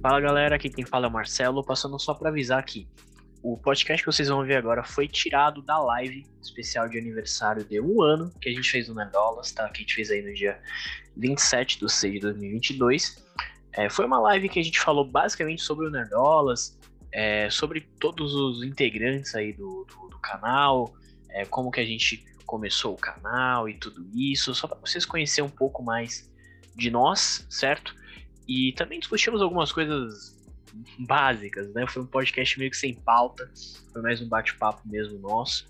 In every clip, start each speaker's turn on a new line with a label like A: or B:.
A: Fala galera, aqui quem fala é o Marcelo, passando só para avisar que o podcast que vocês vão ver agora foi tirado da live especial de aniversário de um ano que a gente fez no Nerdolas, tá? Que a gente fez aí no dia 27 de 6 de 2022. É, foi uma live que a gente falou basicamente sobre o Nerdolas, é, sobre todos os integrantes aí do, do, do canal, é, como que a gente começou o canal e tudo isso, só para vocês conhecerem um pouco mais de nós, certo? E também discutimos algumas coisas básicas, né? Foi um podcast meio que sem pauta, foi mais um bate-papo mesmo nosso.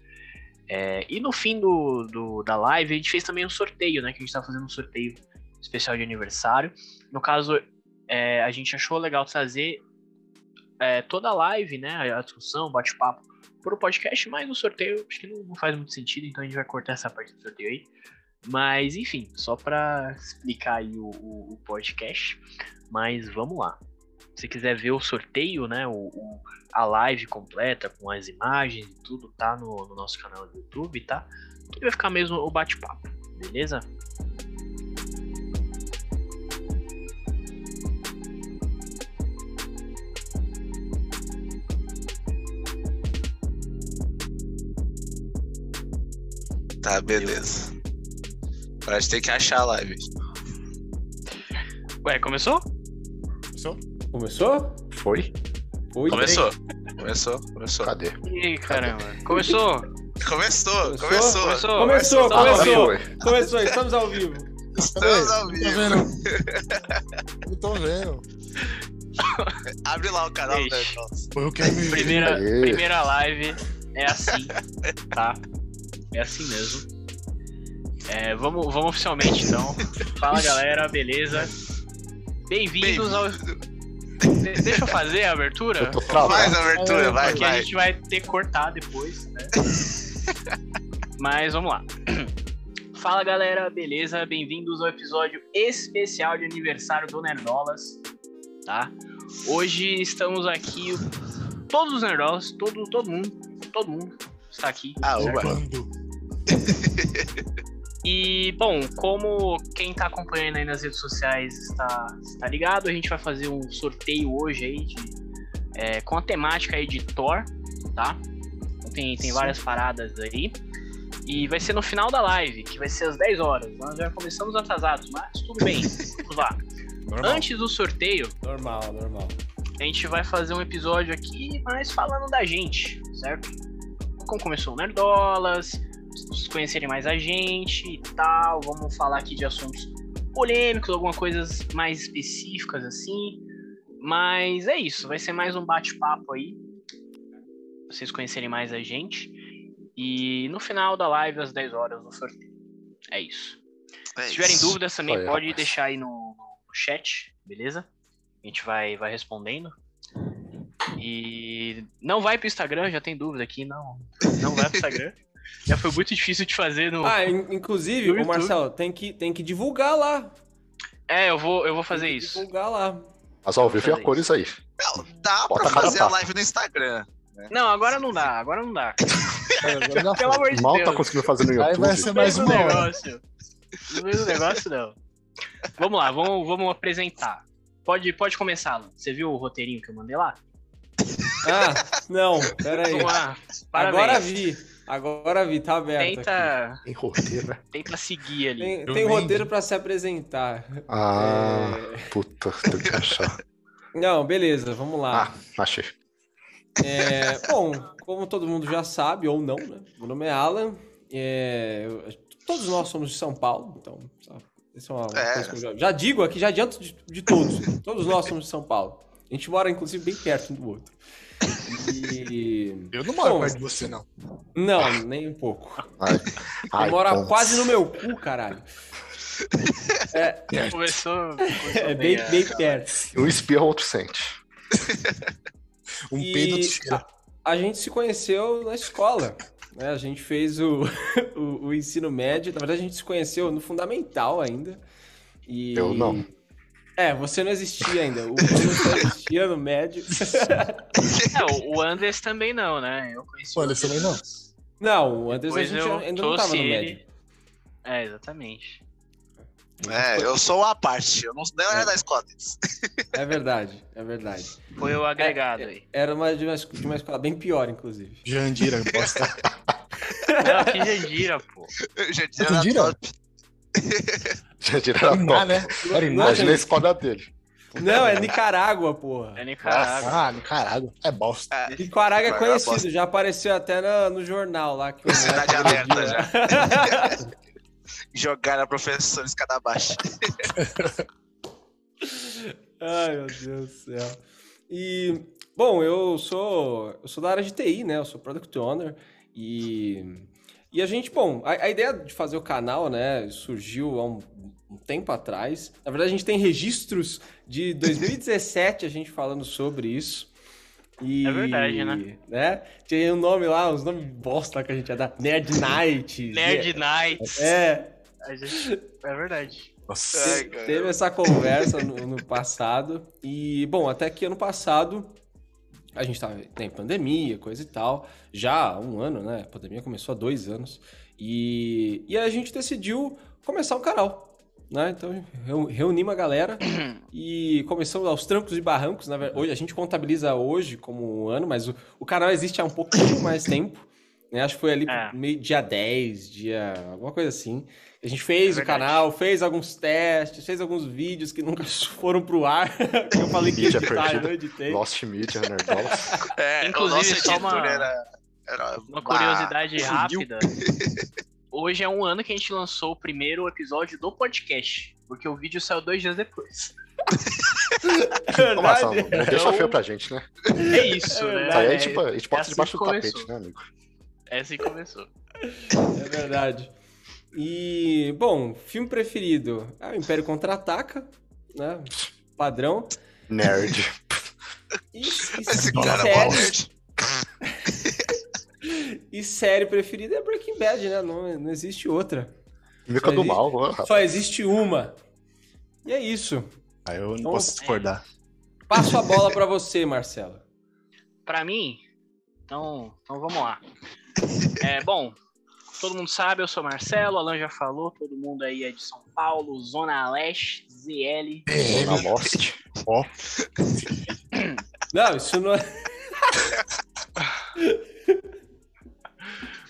A: É, e no fim do, do, da live, a gente fez também um sorteio, né? Que a gente tá fazendo um sorteio especial de aniversário. No caso, é, a gente achou legal trazer é, toda a live, né? A discussão, o bate-papo pro podcast, mas o sorteio acho que não, não faz muito sentido, então a gente vai cortar essa parte do sorteio aí. Mas, enfim, só para explicar aí o, o, o, podcast. Mas vamos lá. Se quiser ver o sorteio, né? O, o, a live completa com as imagens e tudo, tá no, no nosso canal do YouTube, tá? E vai ficar mesmo o bate-papo, beleza?
B: Tá, beleza. Agora a gente tem que achar a live.
A: Ué, começou?
C: Começou?
D: Começou?
E: Foi?
D: Foi
B: Começou. Começou, começou.
E: Cadê?
A: Ih, caramba. Começou!
B: Começou, começou.
A: Começou,
D: Começou,
A: Tá ao
D: começou!
E: vivo,
D: Começou, estamos ao vivo!
B: Estamos ao vivo.
C: Eu tô vendo.
B: Abre lá o canal
A: Ixi.
B: da Nossa.
C: Foi o que eu me vi.
A: Primeira,
E: Aê.
A: primeira live é assim, tá? É assim mesmo. É, vamos, vamos oficialmente então. Fala galera, beleza? Bem-vindos ao. De- Deixa eu fazer a abertura?
E: Eu tô travado.
B: Faz a abertura, vai,
A: É, Porque a
B: vai.
A: gente vai ter que cortar depois, né? Mas vamos lá. Fala galera, beleza? Bem-vindos ao episódio especial de aniversário do Nerdolas, tá? Hoje estamos aqui, todos os Nerdolas, todo, todo mundo, todo mundo está aqui.
B: Ah, uba.
C: Quando?
A: E, bom, como quem tá acompanhando aí nas redes sociais está, está ligado, a gente vai fazer um sorteio hoje aí de, é, com a temática aí de Thor, tá? Então Tem, tem várias paradas aí. E vai ser no final da live, que vai ser às 10 horas. Nós já começamos atrasados, mas tudo bem, vamos lá.
C: Normal.
A: Antes do sorteio,
D: Normal, normal.
A: a gente vai fazer um episódio aqui, mas falando da gente, certo? Como começou o Nerdolas, vocês conhecerem mais a gente e tal, vamos falar aqui de assuntos polêmicos, algumas coisas mais específicas assim. Mas é isso, vai ser mais um bate-papo aí. pra Vocês conhecerem mais a gente. E no final da live, às 10 horas, no sorteio. É isso.
B: É
A: Se tiverem
B: isso.
A: dúvidas também,
E: Olha,
A: pode
E: rapaz.
A: deixar aí no, no chat, beleza? A gente vai, vai respondendo. E não vai pro Instagram, já tem dúvida aqui, não. Não vai pro Instagram. já foi muito difícil de fazer no.
D: Ah, in- inclusive,
A: No
D: o
A: YouTube.
D: Marcelo, tem que, tem que divulgar lá.
A: É, eu vou, eu vou fazer
D: Tem que
A: isso.
D: Divulgar lá.
E: Mas ao vivo e a cores aí.
B: Não, dá
E: Bota
B: pra
E: a cara
B: fazer a
E: tapa.
B: live no Instagram.
A: né? Não, agora não dá, agora não dá.
C: É,
A: Pelo amor de
E: Mal
A: Deus.
E: tá conseguindo fazer no
C: Aí
E: YouTube.
C: vai ser mais
A: Não
C: uma
A: fez o
C: hora.
A: negócio. Não fez o negócio, não. Vamos lá, vamos, vamos apresentar. Pode, pode começar, Alan. Você viu o roteirinho que eu mandei lá?
D: Ah, não, pera aí.
A: Vamos lá. Parabéns.
D: É. Agora vi. Agora vi, tá aberto. aqui.
A: tenta,
E: Tem roteiro, né?
A: tenta seguir ali.
D: Tem,
C: Eu
D: tem
C: nem-
D: roteiro pra se apresentar. É,
E: Ah, puta, tem que achar.
D: Não, beleza, vamos lá.
E: Ah, achei.
D: É, bom, como todo mundo já sabe, ou não, né? Meu nome é Alan. é, eu- todos nós somos de São Paulo, então. sabe, Isso é uma
B: É.
D: coisa que eu já, já digo aqui, já adianto de, de todos. Todos nós somos de São Paulo. A gente mora, inclusive, bem perto um do outro. E.
C: Eu não moro
D: Bom.
C: perto de você, não.
D: Não, nem um pouco.
E: Ai,
D: Eu
E: ai, então.
D: moro
E: bom.
D: quase no meu cu, caralho.
A: Começou. começou
D: É bem,
A: a-
D: bem perto.
E: Um espirra, outro sente.
C: Um
D: E
C: peido de cheira.
D: A gente se conheceu na escola. Né? A gente fez o, o, o ensino médio. Na verdade, a gente se conheceu no fundamental ainda. E-
E: Eu não.
D: É, você não existia ainda. O Bruno só existia no médio.
A: É, o- o Anders também não, né? Eu conheci
C: O Anderson também não.
D: Não, o Anderson a
A: Depois
D: gente
A: eu
D: ainda não
A: trouxe
D: tava no
A: ele.
D: médio.
A: É, exatamente.
B: É, eu sou a parte. Eu não sou nem era da Scotts.
D: É verdade, é verdade.
A: Foi o agregado aí.
D: Era uma, de, uma, es- de uma escola bem pior, inclusive.
C: Jandira, bosta.
A: Não, que Jandira, pô.
B: Gente, tá
C: tu
B: era
C: gira?
B: top.
E: Já tiraram a
C: Tariná,
E: top.
C: né? Tariná.
E: Imagina a esquadra dele.
D: Não, é Nicarágua, porra.
A: É Nicarágua.
C: Ah, caralho. É bosta.
B: É,
D: Nicarágua é
B: Nicarágua é
D: conhecido,
B: bosta.
D: já apareceu até na- no jornal lá. Que o
B: Cidade
D: Neto
B: alerta
D: viu, né?
B: jogaram a professora escada abaixo.
D: Ai, meu Deus do céu. E, bom, eu sou, eu sou da área de TI, né? Eu sou Product Owner e, e a gente, bom, a, a ideia de fazer o canal, né, surgiu há um, um tempo atrás. Na verdade, a gente tem registros de 2017 a gente falando sobre isso. E,
A: É verdade, né?
D: né? Tinha um nome lá, uns nomes bosta lá que a gente ia dar. Nerd Night.
A: Nerd Nights.
D: É,
A: A gente- É verdade.
C: Nossa.
B: Ai,
D: Te-
B: cara.
D: Teve essa conversa no, no passado. E, bom, até que ano passado a gente tava tem pandemia, coisa e tal. Já há um ano, né? A pandemia começou há dois anos. E, e a gente decidiu começar um canal. Né? Então reu- reunimos a galera e começamos aos trancos e barrancos. Na verdade, hoje, a gente contabiliza hoje como um ano, mas o, o canal existe há um pouquinho mais tempo. Né? Acho que foi ali
A: É.
D: meio dia 10, dia. alguma coisa assim. A gente fez
A: É
D: o
A: verdade.
D: canal, fez alguns testes, fez alguns vídeos que nunca foram pro ar. que eu falei que ia
E: Mídia
D: editar, eu
E: perdida.
D: não editei.
E: É. Lost Media, né? Nerdolas.
B: É, o
A: Inclusive,
B: nosso
A: só
B: editor
A: uma-
B: era, era
A: Uma curiosidade
B: funil.
A: rápida. Hoje é um ano que a gente lançou o primeiro episódio do podcast. Porque o vídeo saiu dois dias depois.
E: Ô, Marcelo,
D: É Verdade.
E: não deixa feio pra gente, né?
A: É isso,
D: É
A: né?
E: Isso aí a
A: É-
E: gente, a gente bota
A: assim
E: debaixo
A: que
E: do
A: começou.
E: tapete, né, amigo?
A: É assim que começou.
D: É verdade. E, bom, filme preferido é o Império Contra-Ataca, né? Padrão.
E: Nerd.
D: E, e,
B: Esse
D: e
B: cara é
D: série,
B: maluco.
D: e série preferida é Breaking Bad, né? Não, não existe outra.
E: Mica
D: Só
E: do
D: existe-
E: mal, ó, rapaz.
D: Só existe uma. E é isso.
C: Aí eu não
D: Então,
C: posso discordar.
D: Passo a bola pra você, Marcelo.
A: Pra mim, então, então vamos lá. É, bom, todo mundo sabe, eu sou Marcelo, Alan já falou, todo mundo aí é de São Paulo, Zona Leste,
C: É,
A: ZL.
E: Na Lost.
C: Ó,
D: Não, isso não é.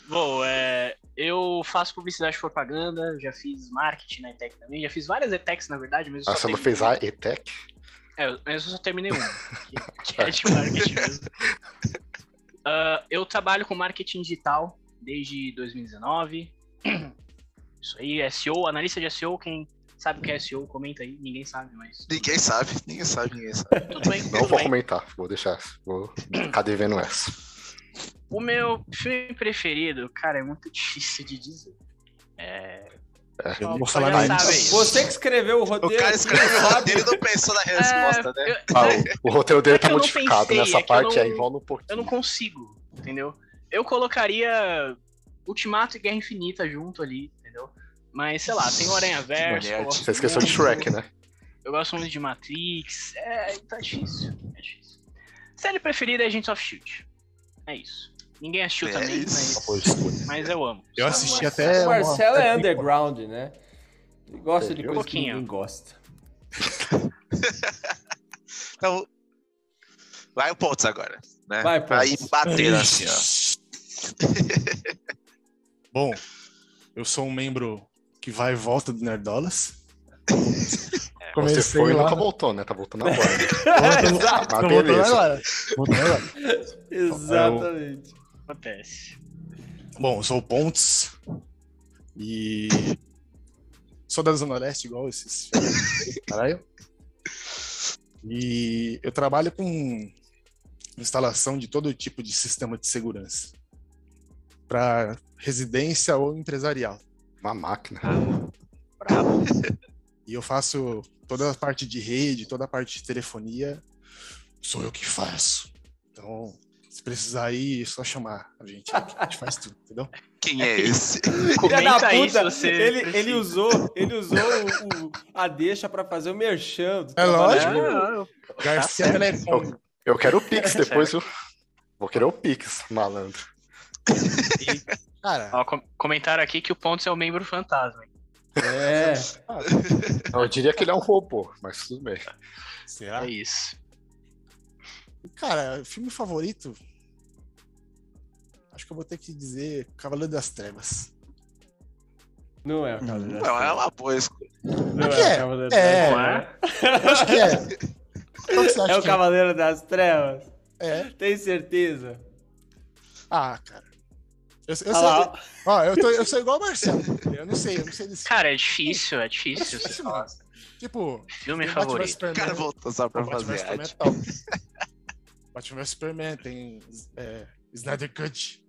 A: Bom, é, eu faço publicidade e propaganda, já fiz marketing na ETEC também, já fiz várias ETECs, na verdade, mas eu
E: Ah,
A: só
E: você não
A: terminei-
E: fez a ETEC?
A: É, mas eu só terminei uma, que, que
E: Tá.
A: é de marketing mesmo. Ah, eu trabalho com marketing digital desde 2019. Isso aí, SEO, analista de SEO, quem sabe o que é SEO, comenta aí, ninguém sabe, mas
B: Ninguém sabe, ninguém sabe, ninguém sabe.
A: tudo bem,
E: Não
A: tudo
E: vou
A: bem.
E: comentar, vou deixar. essa, Vou ficar devendo essa.
A: O meu filme preferido, cara, é muito difícil de dizer. É,
C: eu não vou
A: Só
C: falar
A: já
C: nada.
A: sabe isso.
D: Você que escreveu o
B: O
D: roteiro.
B: cara
D: aqui,
B: escreveu o
D: É sabe?
B: roteiro e não pensou na resposta,
A: é,
B: né?
A: eu,
E: Ah, o, o roteiro dele
A: É que
E: tá
A: eu não
E: modificado
A: pensei,
E: nessa
A: é que eu
E: parte,
A: não-
E: aí rola um
A: eu
E: pouquinho.
A: não consigo, entendeu? Eu colocaria Ultimato e Guerra Infinita junto ali, entendeu? Mas, sei lá, tem o Aranha Verso.
B: Que
E: Você esqueceu de Shrek, né?
A: Eu gosto muito de Matrix. É, tá difícil. É difícil. Série preferida é Agents of Shield. É isso. Ninguém assistiu
B: É
A: também,
B: isso.
C: Pô,
A: mas,
C: escuta.
A: mas eu amo.
C: Eu assisti até.
D: O Marcelo
C: uma-
D: é underground, né? Ele gosta de
E: Entendeu?
D: coisa que
A: Pouquinho.
D: ninguém gosta.
B: Então, vai o Pontos agora, né?
D: Vai, Pontes.
B: Aí bater assim, ó.
C: Bom, eu sou um membro que vai e volta do Nerdolas.
A: É.
E: Você
C: Comecei
E: foi e
C: lá. Tá
E: nunca voltou, né? Tá voltando agora. né?
C: Voltando-
E: Mas
C: voltando
E: beleza.
C: agora. Voltando agora.
D: Exatamente.
A: Acontece.
C: Bom, eu sou o Pontes e sou da Zona Leste, igual esses. filhos do Caralho. E eu trabalho com instalação de todo tipo de sistema de segurança para residência ou empresarial.
E: Uma máquina.
A: Bravo.
C: E eu faço toda a parte de rede, toda a parte de telefonia, sou eu que faço. Então, se precisar aí, é só chamar a gente. A gente faz tudo, entendeu?
B: Quem é esse?
D: Filha da
A: Comenta aí se
D: puta,
A: você.
D: ele,
A: precisa.
D: ele usou, ele usou o- o- a deixa pra fazer o merchan. do
C: É
A: É,
C: lógico.
A: eu-
C: Garcia
A: Tá certo.
C: Telecom.
E: Eu quero o Pix
A: É,
E: depois, viu? Vou querer o Pix, malandro.
A: Tá.
C: Cara,
A: Ó, com- comentaram aqui que o Pontes é o membro fantasma.
D: É,
E: Eu diria que ele é um robô, mas tudo bem.
C: Será?
A: É isso.
C: Cara, filme favorito? Acho que eu vou ter que dizer Cavaleiro das Trevas.
D: não é o Cavaleiro das
B: Não, é
D: Trevas.
B: uma boa escolha.
D: Não
C: Por quê?
D: o Cavaleiro das
C: É.
D: Trevas.
C: Acho que é. Qual que você acha
D: É o
C: que
D: Cavaleiro das Trevas?
C: É?
D: Tem certeza?
C: Ah, cara. Eu, eu
D: Olha lá,
C: sei, ó, eu, tô- eu sou igual o Marcelo. Eu não sei, eu não sei desse
A: Cara, é difícil, é difícil.
C: Isso
A: Você
C: não.
A: falar.
C: Tipo,
A: Filme
C: tem Batman vs
A: favorito.
B: O
C: Superman,
B: cara voltou só pra
C: Não, Batman
B: fazer
C: vs Superman é
B: arte.
C: top. Batman vs Superman, tem é, Snyder Cut.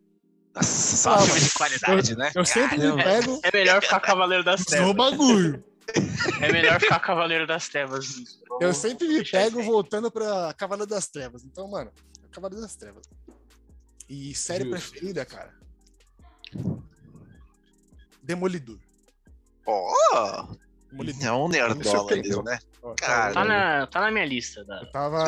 B: Nossa, só filme de qualidade, né?
C: Eu sempre
B: Caramba.
C: pego
A: É melhor ficar Cavaleiro das
C: no
A: Trevas.
C: bagulho.
A: É melhor ficar Cavaleiro das Trevas.
C: Eu
A: Vamos
C: sempre me
A: deixar isso
C: pego
A: aí.
C: voltando pra Cavaleiro das Trevas. Então, mano, é Cavaleiro das Trevas. E série
D: Justo.
C: preferida, cara? Demolidor.
B: Ó,
C: Demolidor.
B: é um nerdola mesmo,
E: surpreendeu.
B: né?
C: Ó,
B: Cara.
A: Tá na, tá na minha lista. Da...
C: Eu tava,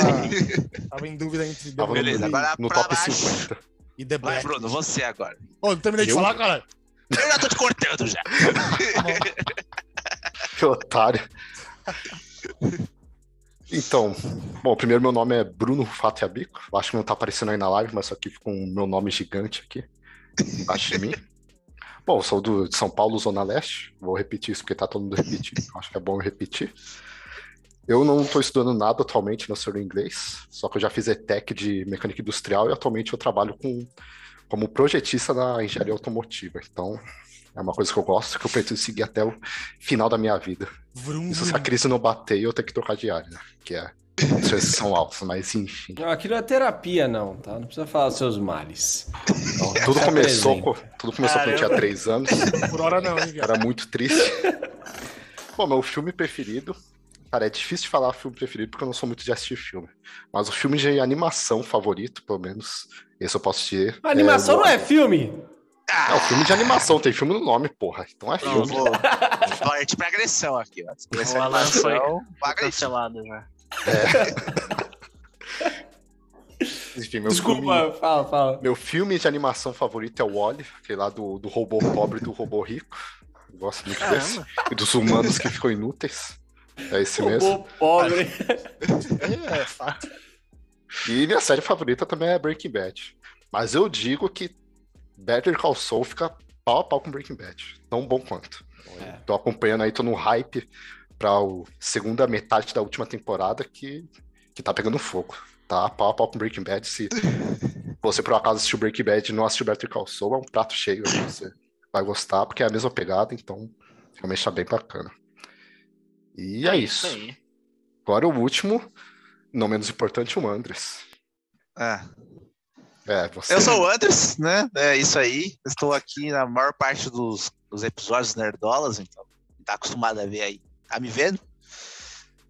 C: tava em dúvida entre
E: Tava no-
B: Ah, Beleza,
C: Demolidor
B: agora
E: no
B: pra
E: top
B: baixo.
E: 50.
C: e The
B: Vai,
C: Black.
B: Bruno, você agora.
C: Ô, não terminei de
E: Eu?
C: falar, cara.
B: Eu já tô te cortando já.
E: Que otário. Então, bom, primeiro meu nome é Bruno Fato e Abico. Eu Acho que não tá aparecendo aí na live, mas só que com o meu nome gigante aqui, embaixo de mim. Bom, eu sou do, de São Paulo, Zona Leste. Vou repetir isso porque tá todo mundo repetindo. Eu Acho que é bom eu repetir. Eu não estou estudando nada atualmente, não sei ler inglês, só que eu já fiz ETEC de mecânica industrial e atualmente eu trabalho com, como projetista da engenharia automotiva. Então, é uma coisa que eu gosto, que eu pretendo seguir até o final da minha vida.
C: Vrum,
E: Isso
C: vrum.
E: se a crise não bater, eu tenho que trocar de área, né? Que é. As coisas são altas, mas enfim.
D: Não, aqui não é terapia, não, tá? Não precisa falar os seus males.
E: Então,
C: É
E: tudo
D: Tá
E: começou,
D: presente.
E: co- tudo começou quando eu tinha três anos.
C: Por hora não, hein, viado.
E: Era muito triste. Bom, meu filme preferido. Cara, é difícil de falar filme preferido porque eu não sou muito de assistir filme. Mas o filme de animação favorito, pelo menos, esse eu posso dizer.
D: A animação não é filme!
E: É o filme de animação, tem filme no nome, porra. Então é
B: Eu
E: filme.
B: vou vou partir pra agressão aqui, ó. Essa
A: O Alan
B: animação, é
A: foi
B: vou agredir.
A: cancelado já.
E: Enfim, meu filme- é um
D: Desculpa, fala, fala.
E: Meu filme de animação favorito é o Wally, aquele lá do, do robô pobre e do robô rico. Eu gosto muito desse.
A: Caramba.
E: E dos humanos que ficam inúteis. É esse mesmo.
D: Robô pobre.
C: É, é fato.
E: E minha série favorita também é Breaking Bad. Mas eu digo que Better Call Saul fica pau a pau com Breaking Bad. Tão bom quanto.
D: É.
E: Tô acompanhando aí, tô no hype pra o segunda metade da última temporada que, que tá pegando fogo. Tá pau a pau com Breaking Bad. Se você por acaso assistiu Breaking Bad e não assistiu Better Call Saul, é um prato cheio. aí Você vai gostar, porque é a mesma pegada, então realmente tá bem bacana. E é isso.
A: aí.
E: Agora o último, não menos importante, o Andres.
B: Ah.
E: É, você.
B: Eu sou o Anders, né? É isso aí. Estou aqui na maior parte dos, dos episódios Nerdolas, então tá acostumado a ver aí, tá me vendo?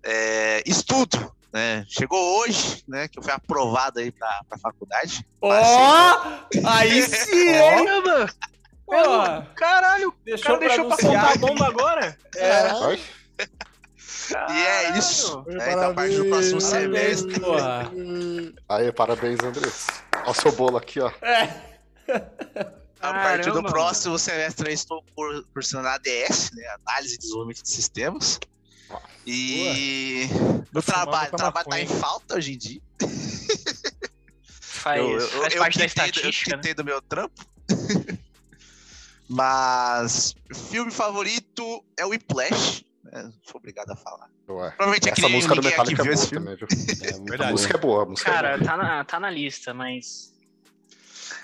B: É, estudo, né? Chegou hoje, né? Que eu fui aprovado aí pra, pra faculdade.
D: Ó! aí sim, hein?
A: Caramba!
D: Ó,
A: Caralho, o cara
D: deixou pra
A: deixou pra
D: anunciar.
A: soltar a bomba agora?
C: Caralho.
E: Vai?
B: E é isso.
C: Oi,
B: né? Então, a partir do próximo
C: parabéns.
B: semestre.
D: Parabéns, porra.
E: Aí, parabéns, Andres. Olha o seu bolo aqui, ó.
D: É.
B: Então, A partir do
A: Caramba,
B: próximo semestre eu estou cur- cursando ADS, né? Análise e Desenvolvimento de Sistemas. E
C: Tô
B: o trabalho,
C: fumando
B: o trabalho tá
C: maconha.
B: em falta hoje em dia.
A: Faz,
B: Eu- eu-
A: faz
B: eu
A: parte da
B: quitei do-
A: estatística,
B: Eu
A: né?
B: quitei do meu trampo. Mas filme favorito é o Whiplash. né? Sou obrigado a falar.
E: Ué.
B: Provavelmente
E: Essa
B: aquele
E: música do
B: ninguém aqui
E: Metallica é
B: viu esse
E: boa
B: filme.
E: também, viu? A
C: Verdade.
E: música é boa, a música é
A: Cara,
E: boa.
A: tá na, tá na lista, mas.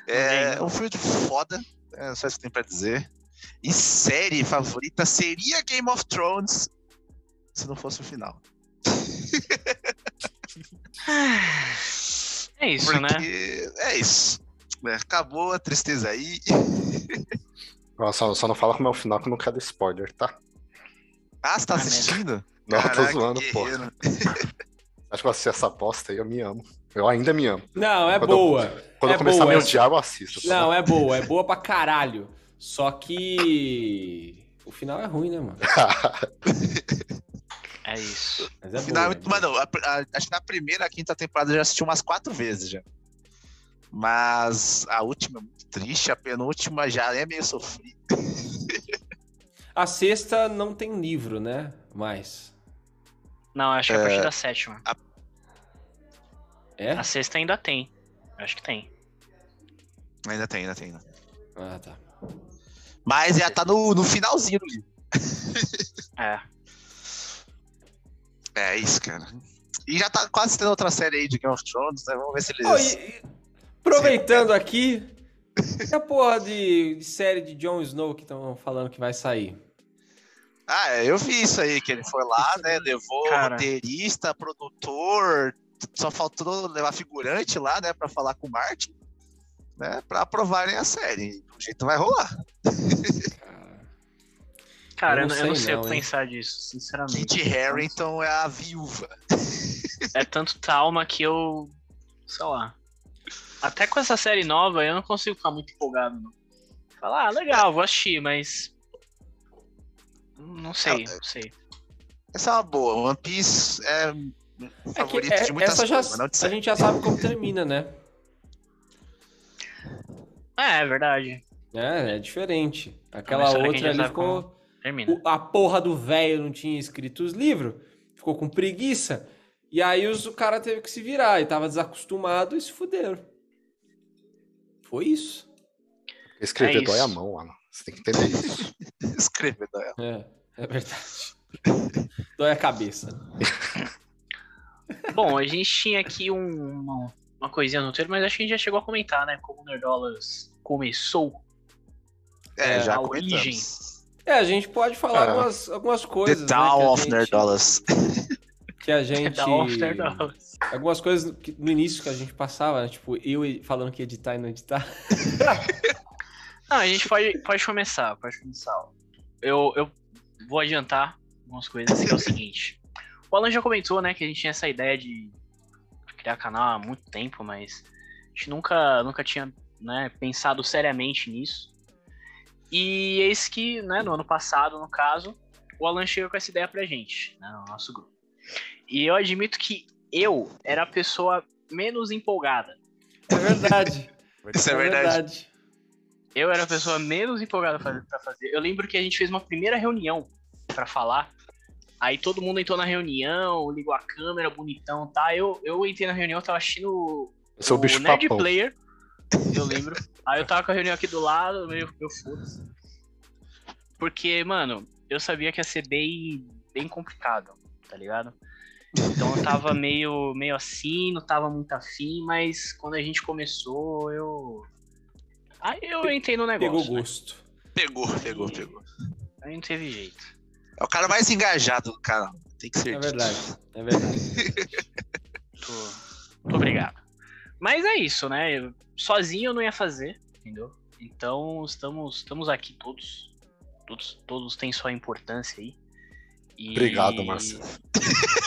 B: É
A: Também.
B: um filme de foda. É só isso que tem pra dizer. E série favorita seria Game of Thrones. Se não fosse o final.
A: É isso, né?
B: Porque é isso. né? Acabou a tristeza aí.
E: Ó, Só, só não fala como é o final que eu não quero spoiler, tá?
B: Ah, você tá
A: Ah, né?
B: assistindo?
E: Não, eu tô
B: Caraca,
E: zoando, pô.
B: guerreiro.
E: Acho que eu assisti essa bosta aí, eu me amo. Eu ainda me amo.
D: Não, é
E: Quando-
D: boa.
E: Quando
D: É
E: eu começar a
D: boa,
E: me
D: é-
E: odiar, eu assisto. tá?
D: Não, é boa, é boa pra caralho. Só que. O final é ruim, né, mano?
A: É isso.
D: Mas é
B: O final é
D: boa,
B: muito-
D: é boa.
B: mano, a, a- acho que na primeira, a quinta temporada eu já assisti umas quatro vezes já. Mas a última é muito triste, a penúltima já é meio sofrida.
D: A sexta não tem livro, né? Mais.
A: Não, acho que é a partir da sétima.
D: É?
A: A sexta ainda tem. Eu acho que tem.
B: Ainda tem, ainda tem. ainda tem.
D: Ah, tá.
B: Mas já tá no, no finalzinho do livro.
A: É.
B: É isso, cara. E já tá quase tendo outra série aí de Game of Thrones, né? Vamos ver se eles.
D: Ó, e- e- aproveitando aqui, e a porra de, de série de Jon Snow que estão falando que vai sair?
B: Ah, é, eu vi isso aí, que ele foi lá, né? Levou
A: Cara.
B: roteirista, produtor, só faltou levar figurante lá, né? Pra falar com o Martin, né? Pra aprovarem a série. Do jeito vai rolar.
D: Cara,
A: Cara,
D: Eu
A: eu
D: não
A: não, eu não
D: sei
A: sei o
D: não,
A: que
D: hein.
A: pensar disso, sinceramente.
B: Kit Harrington é a viúva.
A: É tanto trauma que eu. sei lá. Até com essa série nova eu não consigo ficar muito empolgado. Não. Falar, ah, legal, vou assistir, mas. Não sei, não sei.
B: Essa é uma boa. One Piece é
D: é que
B: favorito
D: é-
B: de muitas
D: essa já,
B: coisas, mas não de
D: a
B: série.
D: gente já sabe como termina, né?
A: É, é verdade.
D: É, é diferente. Aquela
A: será que a gente
D: outra
A: já
D: ali
A: sabe
D: ficou.
A: Termina.
D: O- a porra do velho não tinha escrito os livros, ficou com preguiça. E aí os, o cara teve que se virar e tava desacostumado e se fuderam. Foi isso.
A: É
E: Escrever dói
A: isso.
E: a mão, Alan. Você tem que entender isso.
B: Escreve, né?
D: É, é verdade. Dói a cabeça.
A: Bom, a gente tinha aqui um- uma, uma coisinha no Twitter, mas acho que a gente já chegou a comentar, né? Como o Nerdolas começou.
B: É,
D: É,
B: já
A: a
B: comentamos.
D: É, a é, a gente pode falar
E: É.
D: algumas, algumas
B: The
D: coisas. né,
B: Town
D: que a
B: of
D: gente-
B: Nerdolas.
D: Que a gente.
A: Da off Nerdolas.
D: Algumas coisas que no início que a gente passava, né, tipo, eu e- falando que ia editar e não editar.
A: Não, a gente pode, pode começar, pode começar. Eu, eu vou adiantar algumas coisas, que é o seguinte. O Alan já comentou, né, que a gente tinha essa ideia de criar canal há muito tempo, mas a gente nunca, nunca tinha né, pensado seriamente nisso. E eis que, né, no ano passado, no caso, o Alan chegou com essa ideia pra gente, né, no nosso grupo. E eu admito que eu era a pessoa menos empolgada.
D: É verdade.
B: Isso é verdade.
A: Eu era a pessoa menos empolgada pra pra fazer. Eu lembro que a gente fez uma primeira reunião pra falar. Aí todo mundo entrou na reunião, ligou a câmera, bonitão, tá? Eu, eu entrei na reunião, eu tava assistindo
E: Eu sou o bicho
A: Nerd
E: papão.
A: Player, eu lembro. Aí eu tava com a reunião aqui do lado, meio eu foda-se. Porque, mano, eu sabia que ia ser bem, bem complicado, tá ligado? Então eu tava meio, meio assim, não tava muito afim, mas quando a gente começou, eu. Aí eu entrei no negócio.
D: Pegou
A: né?
D: gosto.
B: Pegou, pegou, pegou.
A: Aí não teve jeito.
B: É o cara mais engajado do canal. Tem que ser.
D: É
B: dito.
D: verdade. É verdade.
A: Tô, tô obrigado. Mas é isso, né? Eu- sozinho eu não ia fazer, entendeu? Então estamos, estamos aqui todos. Todos, todos têm sua importância aí. E-
E: Obrigado, Marcelo.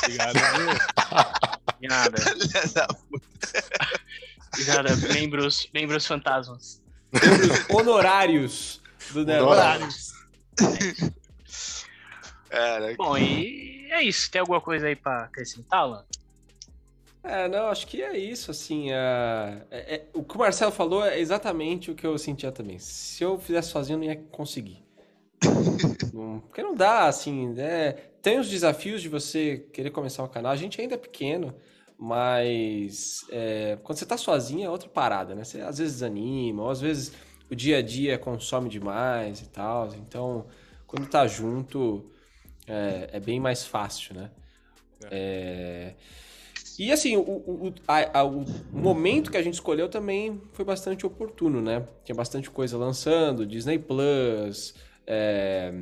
C: Obrigado, viu?
A: De nada, de nada. membros, membros fantasmas.
D: Honorários do Nerd.
E: Honorários.
B: É, Cara,
A: Bom, e é isso. Tem alguma coisa aí pra acrescentar, Alan?
D: É, não, acho que é isso, assim, a- é- é- o que o Marcelo falou é exatamente o que eu sentia também. Se eu fizesse sozinho, eu não ia conseguir. Não- Porque não dá, assim, né? Tem os desafios de você querer começar um canal. A gente ainda é pequeno, mas é, quando você tá sozinho é outra parada, né? Você às vezes desanima, ou às vezes o dia a dia consome demais e tal. Então, quando tá junto, é, é bem mais fácil, né? É, E assim, o, o- o- a- a- o momento que a gente escolheu também foi bastante oportuno, né? Tinha bastante coisa lançando, Disney Plus, é,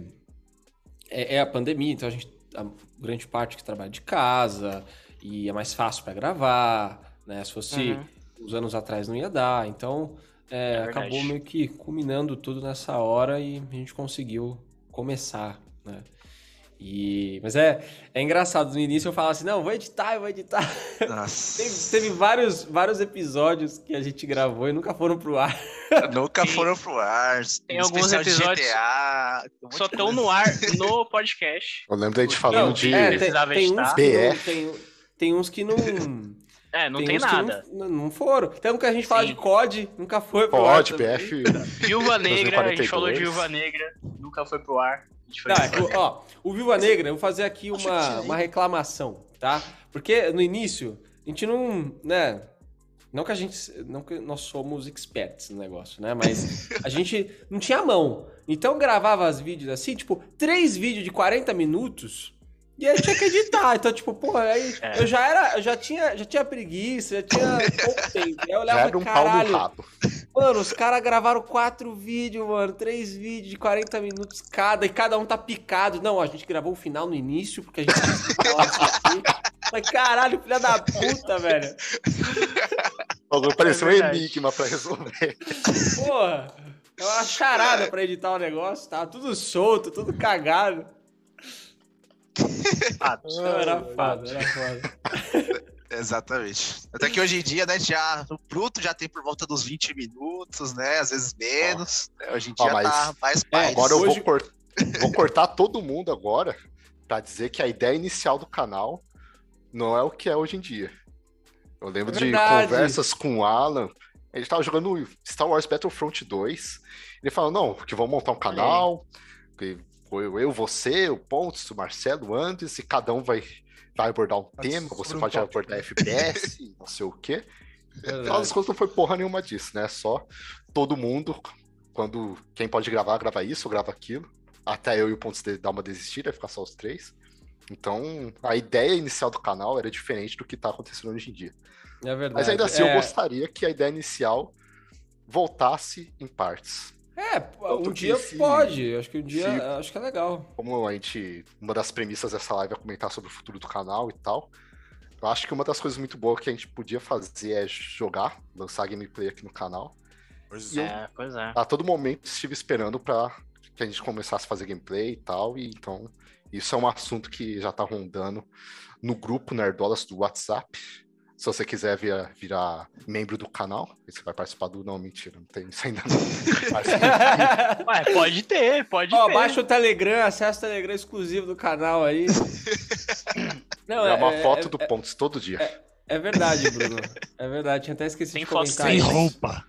D: é, é a pandemia, então a gente. A grande parte que trabalha de casa e é mais fácil pra gravar, né? Se fosse
A: Uhum.
D: uns anos atrás não ia dar. Então é,
A: É verdade.
D: acabou meio que culminando tudo nessa hora e a gente conseguiu começar, né? E, mas é, é engraçado, no início eu falava assim, não, vou editar, eu vou editar.
B: nossa.
D: Teve, teve vários, vários episódios que a gente gravou e nunca foram pro ar.
B: Nunca
A: Tem-
B: foram pro ar.
A: tem alguns
B: especial de
A: episódios
B: GTA, um monte
A: Só
B: de
A: tão
B: coisa.
A: no ar no podcast.
E: Eu lembro da gente falando
D: Não,
E: de.
D: é, tem,
A: Precisava
D: tem uns
A: editar.
D: que não,
E: BF.
D: tem, tem uns que não...
A: É, não tem,
D: uns que
A: nada.
D: Não, não foram. Tem um que a gente fala
A: Sim.
D: de COD, nunca foi pro ar
E: Pod,
D: também.
E: PF.
A: Viúva Negra, a gente falou de
E: 2042.
A: Viúva Negra, nunca foi pro ar. gente foi
D: Tá,
A: fazer.
D: o- ó, o Viva Negra, eu vou fazer aqui
C: Acho que
D: uma,
C: tira aí.
D: uma reclamação, tá? Porque no início, a gente não, né? Não que a gente. Não que nós somos experts no negócio, né? Mas a gente não tinha mão. Então eu gravava as vídeos assim, tipo, três vídeos de 40 minutos. E aí tinha que editar. Então, tipo, porra, aí
A: É.
D: eu já era, eu já tinha, já tinha preguiça, já tinha pouco tempo. Aí eu
E: Já
D: olhava,
E: era um pau
D: caralho,
E: no rabo.
D: Mano, os caras gravaram quatro vídeos, mano. Três vídeos de 40 minutos cada, e cada um tá picado. Não, a gente gravou o final no início, porque a gente quis falar isso aqui. Mas caralho, filha da puta, velho.
E: Falou, Parecia um
D: É
A: verdade.
E: enigma pra resolver.
D: Porra. É uma charada pra editar o negócio, tá? Tudo solto, tudo cagado.
A: Fatos.
D: Não, era foda, era foda.
B: Exatamente. Até que hoje em dia, né, já no bruto já tem por volta dos 20 minutos, né? Às vezes menos. né, Hoje em
E: Ó,
B: dia
E: mas-
B: tá mais
D: É,
B: paz.
E: Agora eu
D: Hoje-
E: vou, cort- vou cortar todo mundo agora pra dizer que a ideia inicial do canal não é o que é hoje em dia. Eu lembro de
D: É Verdade.
E: conversas com o Alan. Ele tava jogando Star Wars Battlefront 2. Ele falou, não, que vamos montar um canal. Que eu, eu, você, o Pontes, o Marcelo, o Andes, e cada um vai, vai abordar um
C: Mas
E: tema.
C: sobre
E: Você
C: um
E: pode
C: tópico.
D: né?
E: abordar FPS, não sei o quê. No final
D: Verdade.
E: das contas, não foi porra nenhuma disso, né? Só todo mundo, quando quem pode gravar, grava isso, grava aquilo. Até eu e o Pontos de- dar uma desistida, ficar só os três. Então, a ideia inicial do canal era diferente do que tá acontecendo hoje em dia.
D: É verdade.
E: Mas ainda assim,
D: É,
E: eu gostaria que a ideia inicial voltasse em partes.
D: É,
E: Tanto
D: um
E: que
D: dia
E: se-
D: pode. Acho que um dia.
E: se-
D: Acho que é legal.
E: Como a gente, uma das premissas dessa live é comentar sobre o futuro do canal e tal. Eu acho que uma das coisas muito boas que a gente podia fazer é jogar, lançar gameplay aqui no canal.
C: Pois
E: E eu-
A: É, pois é.
E: a todo momento estive esperando pra que a gente começasse a fazer gameplay e tal, e então isso é um assunto que já tá rondando no grupo Nerdolas do WhatsApp. Se você quiser vira- virar membro do canal, aí você vai participar do. Não, mentira, não tem isso ainda. Não. Participa-
A: Ué, pode ter, pode
D: Ó,
A: ter.
D: baixa o Telegram, acessa o Telegram exclusivo do canal aí. Não,
E: é uma foto do Pontes todo dia.
D: É verdade, Bruno. É verdade, tinha até esquecido
A: Tem
D: de
A: foto
D: comentar.
C: Sem
D: isso.
C: roupa.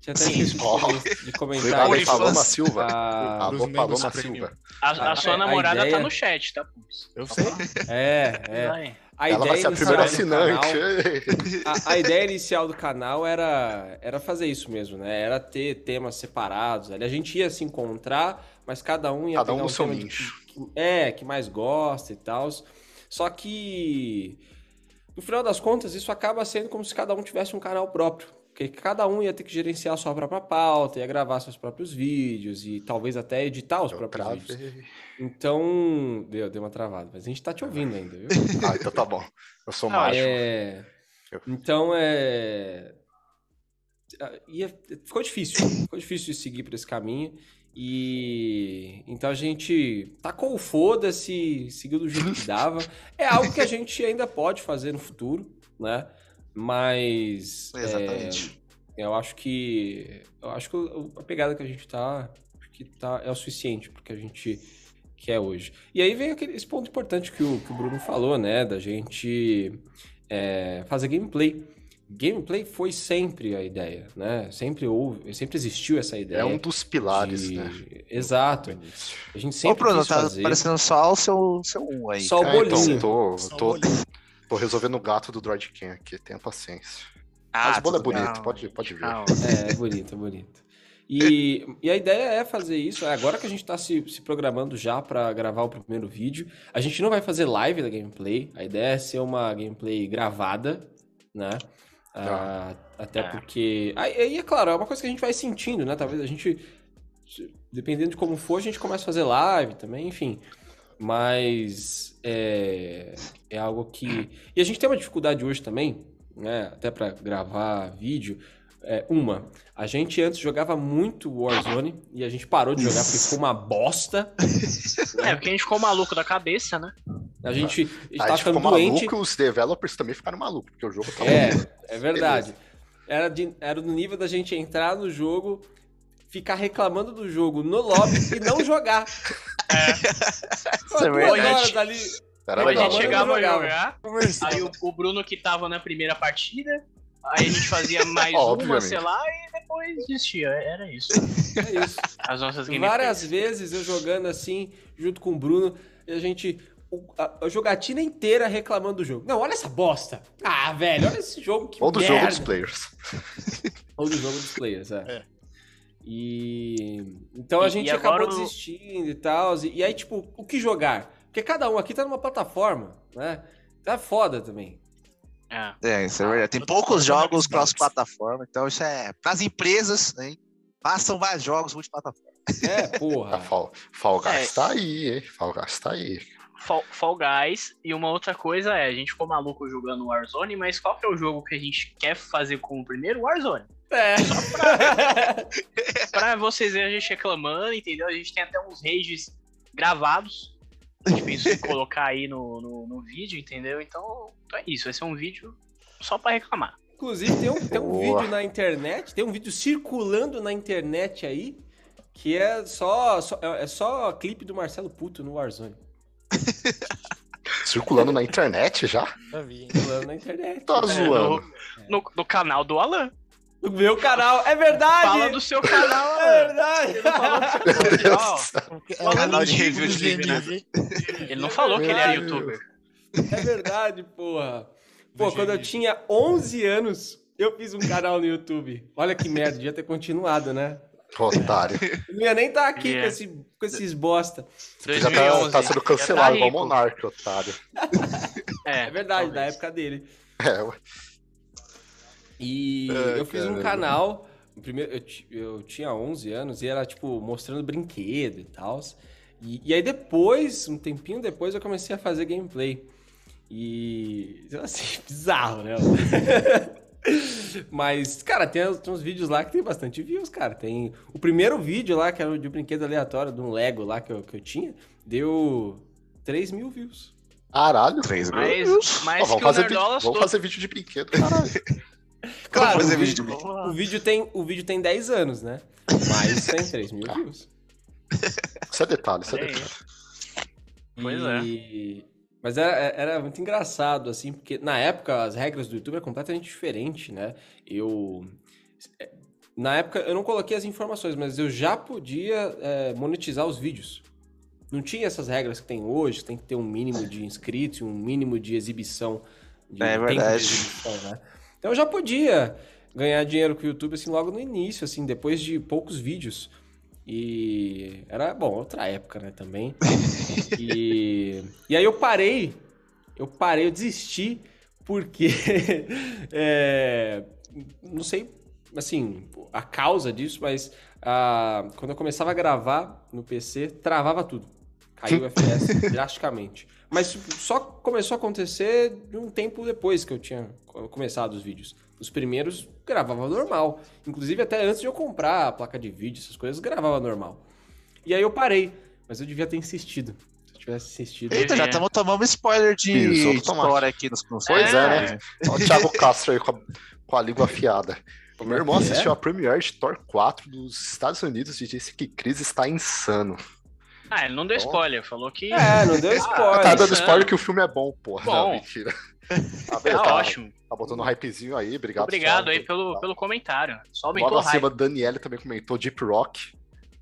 D: Tinha até esquecido de
E: Ó.
D: comen- de comentar.
E: Obrigado aí,
B: isso.
D: isso.
E: Paloma Silva.
D: é, Ah,
E: Alô,
C: Pros membros
E: Paloma
C: premium.
E: Silva.
A: A, a
D: a-
A: sua
D: a
A: namorada
D: ideia-
A: tá no chat, tá, Putz?
C: Eu sei.
B: Ah,
D: é, é.
A: Vai.
D: A
E: Ela vai ser a
D: inicial
E: primeira
D: do canal-
E: assinante.
D: a, a ideia inicial do canal era, era fazer isso mesmo, né? Era ter temas separados. Ali a gente ia se encontrar, mas cada um ia
E: Cada um
D: pegar
E: no seu
D: tema de-
E: nicho.
D: que- é, que mais gosta e tal. Só que no final das contas, isso acaba sendo como se cada um tivesse um canal próprio. Porque cada um ia ter que gerenciar a sua própria pauta, ia gravar seus próprios vídeos e talvez até editar os
E: Eu
D: próprios vídeos.
E: travei.
D: Então, deu, deu uma travada, mas a gente tá te ouvindo ainda, viu?
E: Ah, então tá bom. Eu sou
A: Não,
E: mágico.
D: É...
E: Eu-
D: Então é. ah, ia- Ficou difícil. Ficou difícil de seguir por esse caminho. E então a gente tacou o foda-se, seguiu do jeito que dava. É algo que a gente ainda pode fazer no futuro, né? Mas é,
B: Exatamente.
D: eu acho que eu acho que o- a pegada que a gente tá que tá é o suficiente porque a gente quer hoje. E aí vem aquele, esse ponto importante que o, que o Bruno falou, né, da gente é, fazer gameplay. Gameplay foi sempre a ideia, né? Sempre houve, sempre existiu essa ideia.
E: É um dos pilares,
D: de- É
E: né?
D: Exato.
E: Início.
D: A gente
B: Ô,
D: sempre
B: Bruno,
D: quis
B: tá
D: fazer.
B: parecendo só o seu, seu um aí.
D: Só o
E: Ah,
D: bolinho. É
E: Então, tô,
C: Só
E: tô,
C: bolinho.
E: tô resolvendo o gato do Droidcam aqui, tenha paciência.
B: Ah,
E: Mas o bolo é
B: tudo bem.
E: bonito, pode, pode ver.
A: Calma.
D: É, é bonito, é bonito. E, e a ideia é fazer isso. é Agora que a gente tá se, se programando já pra gravar o primeiro vídeo, a gente não vai fazer live da gameplay. A ideia é ser uma gameplay gravada, né? Ah, até
A: É.
D: porque. Aí, aí, é claro, é uma coisa que a gente vai sentindo, né? Talvez a gente. Dependendo de como for, a gente começa a fazer live também, enfim. Mas é, é algo que. E a gente tem uma dificuldade hoje também, né? Até pra gravar vídeo. É, uma, a gente antes jogava muito Warzone e a gente parou de jogar porque ficou uma bosta.
A: É, porque a gente ficou maluco da cabeça, né?
D: A gente
E: Aí
D: estava
E: a gente Ah, ficou
D: tá ficando doente.
E: tipo, maluco e os developers também ficaram malucos, porque o jogo tá
D: É, é verdade. Era, de- era no nível da gente entrar no jogo, ficar reclamando do jogo no lobby e não jogar. Pô,
B: Isso é
D: duas
A: verdade.
D: horas ali.
E: Era
A: Ou a
D: legal,
A: gente
D: mas
E: legal, né?
D: chega-
A: chegava a
D: jogava.
A: jogar, aí o, o Bruno que tava na primeira partida Aí a gente fazia mais uma,
E: Obviamente.
A: sei lá, e depois desistia. Era isso.
D: É isso.
A: As nossas gameplays.
D: Várias vezes eu jogando assim, junto com o Bruno, e a gente. o- A, a jogatina inteira reclamando do jogo. Não, olha essa bosta. Ah, velho, olha esse jogo que
E: Ou do
D: merda.
E: jogo dos players.
D: Ou do jogo dos players, é.
C: É.
D: E. Então a
A: E-
D: gente
A: e
D: acabou
A: agora o-
D: desistindo e tal. E, e aí, tipo, o que jogar? Porque cada um aqui tá numa plataforma, né? Tá foda também.
A: É.
B: É, isso é
A: Ah,
B: verdade. Tem
C: eu-
B: poucos
C: eu-
B: jogos
C: eu-
B: cross-plataforma, então isso é. Nas empresas, né, hein? Façam mais jogos multiplataforma.
D: É,
E: Ah,
D: porra.
E: Fall, Fall Guys
A: É.
E: tá aí, hein? Fall Guys tá aí.
A: Fall, Fall Guys. E uma outra coisa é, a gente ficou maluco jogando Warzone, mas qual que é o jogo que a gente quer fazer como primeiro? Warzone.
D: É.
A: Pra vocês verem a gente reclamando, entendeu? A gente tem até uns rages gravados. A gente pensou em colocar aí no, no, no vídeo, entendeu? Então, então é isso. Vai ser um vídeo só pra reclamar.
D: Inclusive, tem um, tem um
E: Boa.
D: vídeo na internet, tem um vídeo circulando na internet aí, que é só, só- é é só clipe do Marcelo Puto no Warzone.
E: Circulando na internet já?
C: Já vi, hein?
D: Circulando na internet.
E: Tá
A: É,
E: zoando.
A: No, no, no canal do Alan.
D: No meu canal. É verdade!
A: Fala do seu canal,
D: É
A: Alan.
D: verdade!
A: Ele não falou do seu
E: Meu Deus.
A: canal.
C: Porque
A: Falando
B: de
C: antigo
B: review
C: dos
B: de né? livro,
C: games, É hein?
A: Ele não falou que ele era
D: Caralho.
A: youtuber.
D: É verdade, porra. Pô,
C: Do
D: quando eu
C: GG.
D: tinha 11 anos, eu fiz um canal no YouTube. Olha que merda, devia ter continuado, né?
E: Otário.
D: Eu não ia nem estar aqui
A: Yeah.
D: com, esse, com esses bosta.
E: Já
A: 2011.
E: tá, tá
A: Já
E: sendo cancelado igual
A: rico.
E: Monark, otário.
D: É verdade, da época dele.
E: É, ué.
D: E
E: É,
D: eu fiz um
E: caramba.
D: canal, o primeiro, eu, ti- eu tinha 11 anos e era, tipo, mostrando brinquedo e tal. E, e aí depois, um tempinho depois, eu comecei a fazer gameplay. E, assim, bizarro, né? Mas, cara, tem, uns- tem uns vídeos lá que tem bastante views, cara. Tem o primeiro vídeo lá, que era o de um brinquedo aleatório, de um Lego lá que eu, que eu tinha, deu 3 mil views.
E: Caralho.
B: Três
A: Mas,
E: Ó,
A: mas que
E: vamos
A: o
E: fazer, vi-
A: Nerdolas
E: vamos
A: todo.
E: fazer vídeo de brinquedo, caralho.
D: claro,
B: fazer
D: o
B: vídeo de
A: Vamos
B: brinquedo.
A: lá.
D: O vídeo tem, o vídeo tem 10 anos, né? Mas tem 3 mil views.
E: Isso é detalhe, isso é
A: Olha aí.
E: detalhe. é,
A: Pois é.
E: né?
D: E- Mas era, é, era muito engraçado, assim, porque na época as regras do YouTube eram completamente diferentes, né? Eu. é, Na época eu não coloquei as informações, mas eu já podia é, monetizar os vídeos. Não tinha essas regras que tem hoje, que tem que ter um mínimo de inscritos, e um mínimo de exibição. De
B: É
D: tempo
B: verdade.
D: De exibição, né? Então eu já podia ganhar dinheiro com o YouTube assim logo no início, assim, depois de poucos vídeos. E era, bom, outra época, né, também. E, e aí eu parei, eu parei, eu desisti, porque, é, não sei, assim, a causa disso, mas ah, quando eu começava a gravar no PC, travava tudo. Caiu o FPS drasticamente. Mas só começou a acontecer de um tempo depois que eu tinha co- começado os vídeos. Os primeiros gravava normal. Inclusive, até antes de eu comprar a placa de vídeo, essas coisas, gravava normal. E aí eu parei. Mas eu devia ter insistido. Se eu tivesse insistido.
B: Eita, já
A: É.
B: estamos tomando spoiler de
E: Pisou
B: de
E: no tomate.
B: história aqui nos nos-
E: Pois
A: é,
E: né? Olha o Thiago Castro aí com a, com a língua afiada. O meu irmão
D: É?
E: assistiu a Premiere de Thor 4 dos Estados Unidos e disse que Chris está insano.
A: Ah, ele não deu
E: Bom.
A: spoiler, falou que.
D: É, não deu
A: Tá
D: spoiler.
E: tá dando
A: insano.
E: spoiler que o filme é bom, porra.
A: Bom.
E: Não, mentira. Tá,
A: Tá
E: beleza, tá,
A: ótimo.
E: tá botando um hypezinho aí, obrigado.
A: Obrigado
E: Thiago.
A: aí pelo, pelo comentário. Só aumentou
E: Tá. Logo
A: o hype.
E: acima, Daniele também comentou Deep Rock.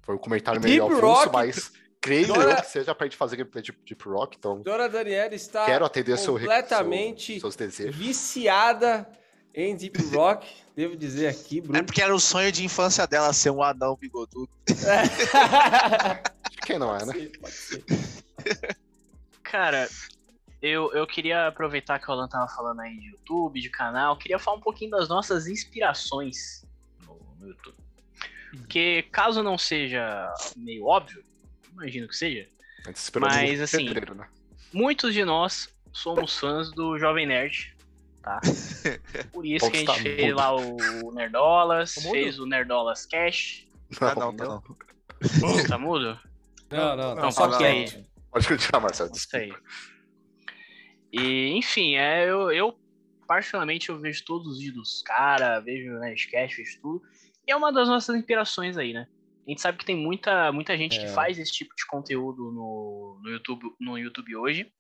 E: Foi o comentário
D: Deep
E: meio avulso,
D: Rock?
E: mas creio
D: Agora-
E: eu que seja pra gente fazer gameplay de Deep Rock, então
D: Dora Daniela
A: Tá
D: está
E: quero atender seu, re-
D: completamente
E: seu- seus desejos.
D: viciada em Deep Rock. Devo dizer aqui,
B: É
D: Bruno.
B: porque era o sonho de infância dela ser um anão bigodudo.
E: Quem não é, né?
D: Pode ser, pode ser.
A: Cara, eu, eu queria aproveitar que o Alan tava falando aí de YouTube, de canal. Queria falar um pouquinho das nossas inspirações no, no YouTube. Porque, caso não seja meio óbvio, imagino que seja,
E: A gente esperou
A: Mas,
E: muito em
A: assim,
E: fevereiro, né?
A: muitos de nós somos fãs do Jovem Nerd, tá? Por isso que a gente
E: Posta
A: fez
E: muda.
A: lá o Nerdolas,
C: Tá mudo?
A: fez o Nerdolas Cash.
B: Ah, não, tá
E: não.
B: não.
A: Tá mudo?
D: Não, não, tá
A: Não,
D: só
A: fala aí.
D: quieto.
E: Pode continuar, Marcelo.
A: Não sei. E, enfim, é, eu, eu, particularmente, eu vejo todos os vídeos dos caras, vejo o Nerdcast, vejo tudo. E é uma das nossas inspirações aí, né? A gente sabe que tem muita, muita gente que
D: É.
A: faz esse tipo de conteúdo no, no, YouTube, no YouTube hoje.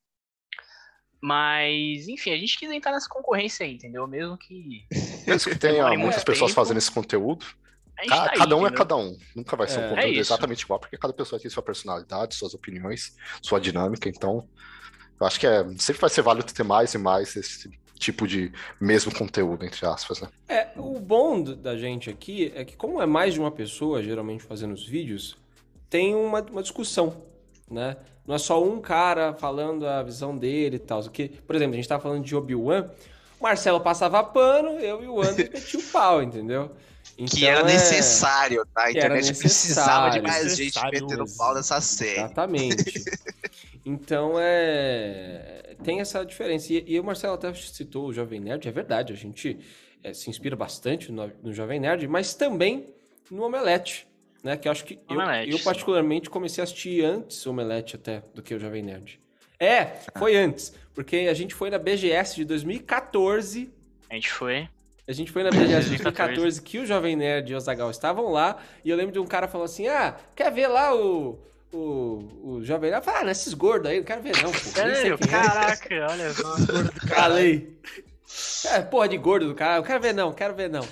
A: Mas, enfim, a gente quis entrar nessa concorrência aí, entendeu? Mesmo que.
E: Mesmo que tenha
A: Demore
E: muitas
A: muito
E: pessoas
A: tempo.
E: fazendo esse conteúdo,
A: A gente
E: ca-
A: tá aí,
E: cada um é
A: entendeu?
E: cada um. Nunca vai
D: É.
E: ser um conteúdo
A: É isso.
E: exatamente igual, porque cada pessoa tem sua personalidade, suas opiniões, sua dinâmica. Então, eu acho que é, sempre vai ser válido ter mais e mais esse tipo de mesmo conteúdo, entre aspas, né?
D: É, o bom do- da gente aqui é que, como é mais de uma pessoa, geralmente fazendo os vídeos, tem uma, uma discussão, né? Não é só um cara falando a visão dele e tal. Que, por exemplo, a gente tava falando de Obi-Wan, o Marcelo passava pano, eu e o Anderson metia o pau, entendeu?
B: Que
D: Então,
B: era
D: é-
B: necessário, tá? A
D: que era
B: internet precisava de
D: necessário.
B: mais gente
F: Necessário,
B: metendo pau nessa série.
D: Exatamente. Então é. Tem essa diferença. E, e o Marcelo até citou o Jovem Nerd, é verdade, a gente é, se inspira bastante no, no Jovem Nerd, mas também no Omelete, né? Que eu acho que eu,
A: Omelete,
D: eu
A: sim.
D: particularmente comecei a assistir antes o Omelete até do que o Jovem Nerd. É, foi antes, porque a gente foi na BGS de 2014
A: A gente foi.
D: a gente foi na BGS
A: 2014
D: 2014 que o Jovem Nerd e o Azagal estavam lá. E eu lembro de um cara falando assim: Ah, quer ver lá o. O, o Jovem Nerd? Eu falei, Ah, não, esses gordos aí, não quero ver não, pô. Nem sei
A: Sério,
D: quem é."
A: caraca, olha só.
D: Falei. É, porra de gordo do cara. Eu quero ver não, quero ver não. Né?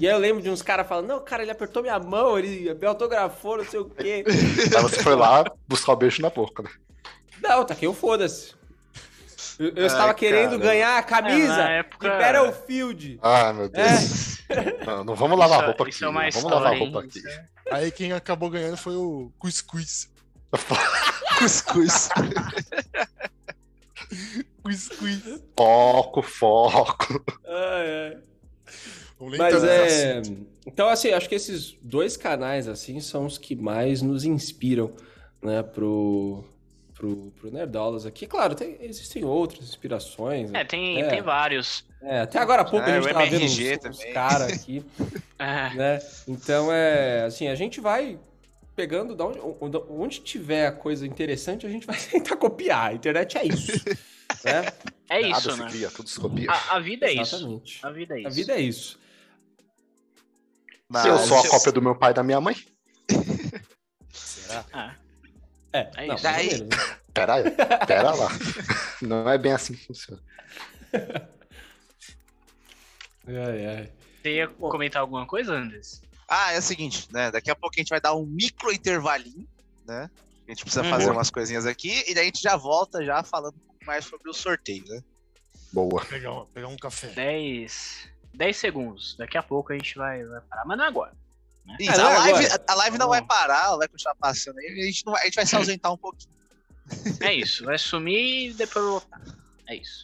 D: E aí eu lembro de uns caras falando: Não, cara, ele apertou minha mão, ele me autografou, não sei o quê.
E: Aí você foi lá buscar o beijo na boca, né?
D: Não, tá que eu foda-se. Eu, eu estava
B: Ai,
D: querendo
B: cara.
D: ganhar a
A: É,
D: camisa
A: na
D: de
A: época-
D: Battlefield. É.
E: Ah, meu Deus. Não, não vamos lavar a roupa aqui.
A: Isso é uma
E: não vamos
A: história,
E: lavar a
A: hein?
E: roupa aqui.
A: Isso é-
C: Aí quem acabou ganhando foi o Cuscuz.
B: Cuscuz.
C: Cuscuz.
E: Foco, foco.
D: Ai, ai.
C: Vamos lembrar
D: Mas
C: desse
D: é. Então, assim, acho que esses dois canais, assim, são os que mais nos inspiram, né, pro. Pro, pro Nerdolas aqui. Claro, tem- existem outras inspirações.
A: É, tem,
D: É.
A: tem vários.
D: É, até agora há pouco
B: É,
D: a gente
B: o
D: tava vendo
B: MRG
D: uns- uns,
B: também.
D: caras aqui,
A: É,
D: né? Então, é. Assim, a gente vai pegando da onde, onde- onde tiver coisa interessante, a gente vai tentar copiar. A internet é isso. né?
A: é
E: Nada
A: isso,
E: se
A: né?
E: cria, tudo se copia.
A: A, a vida é isso.
D: Exatamente.
A: A vida é isso.
D: A vida é isso.
B: Mas-
E: eu sou a cópia do meu pai e da minha mãe.
D: É,
A: É
D: não,
A: isso.
D: mais ou
B: Daí-
D: menos, né?
E: Pera aí, pera lá. Não é bem assim que funciona.
D: Ai, ai.
A: Você ia comentar alguma coisa, Andes?
B: Ah, é o seguinte, né? Daqui a pouco a gente vai dar um micro intervalinho, né? A gente precisa
A: Uhum.
B: fazer umas coisinhas aqui e daí a gente já volta já falando um pouco mais sobre o sorteio, né?
E: Boa.
C: assunto. Pegar, um- pegar um
D: É.
C: café.
A: 10, 10 segundos. Daqui a pouco a gente vai, vai parar, mas não é agora.
B: Isso,
D: não
B: a,
D: é
B: live,
D: agora.
B: a live não
A: Não.
B: vai parar, ela vai continuar passando aí. A gente, não vai, a gente vai se ausentar um pouquinho.
A: É isso. Vai sumir e depois eu vou voltar. É isso.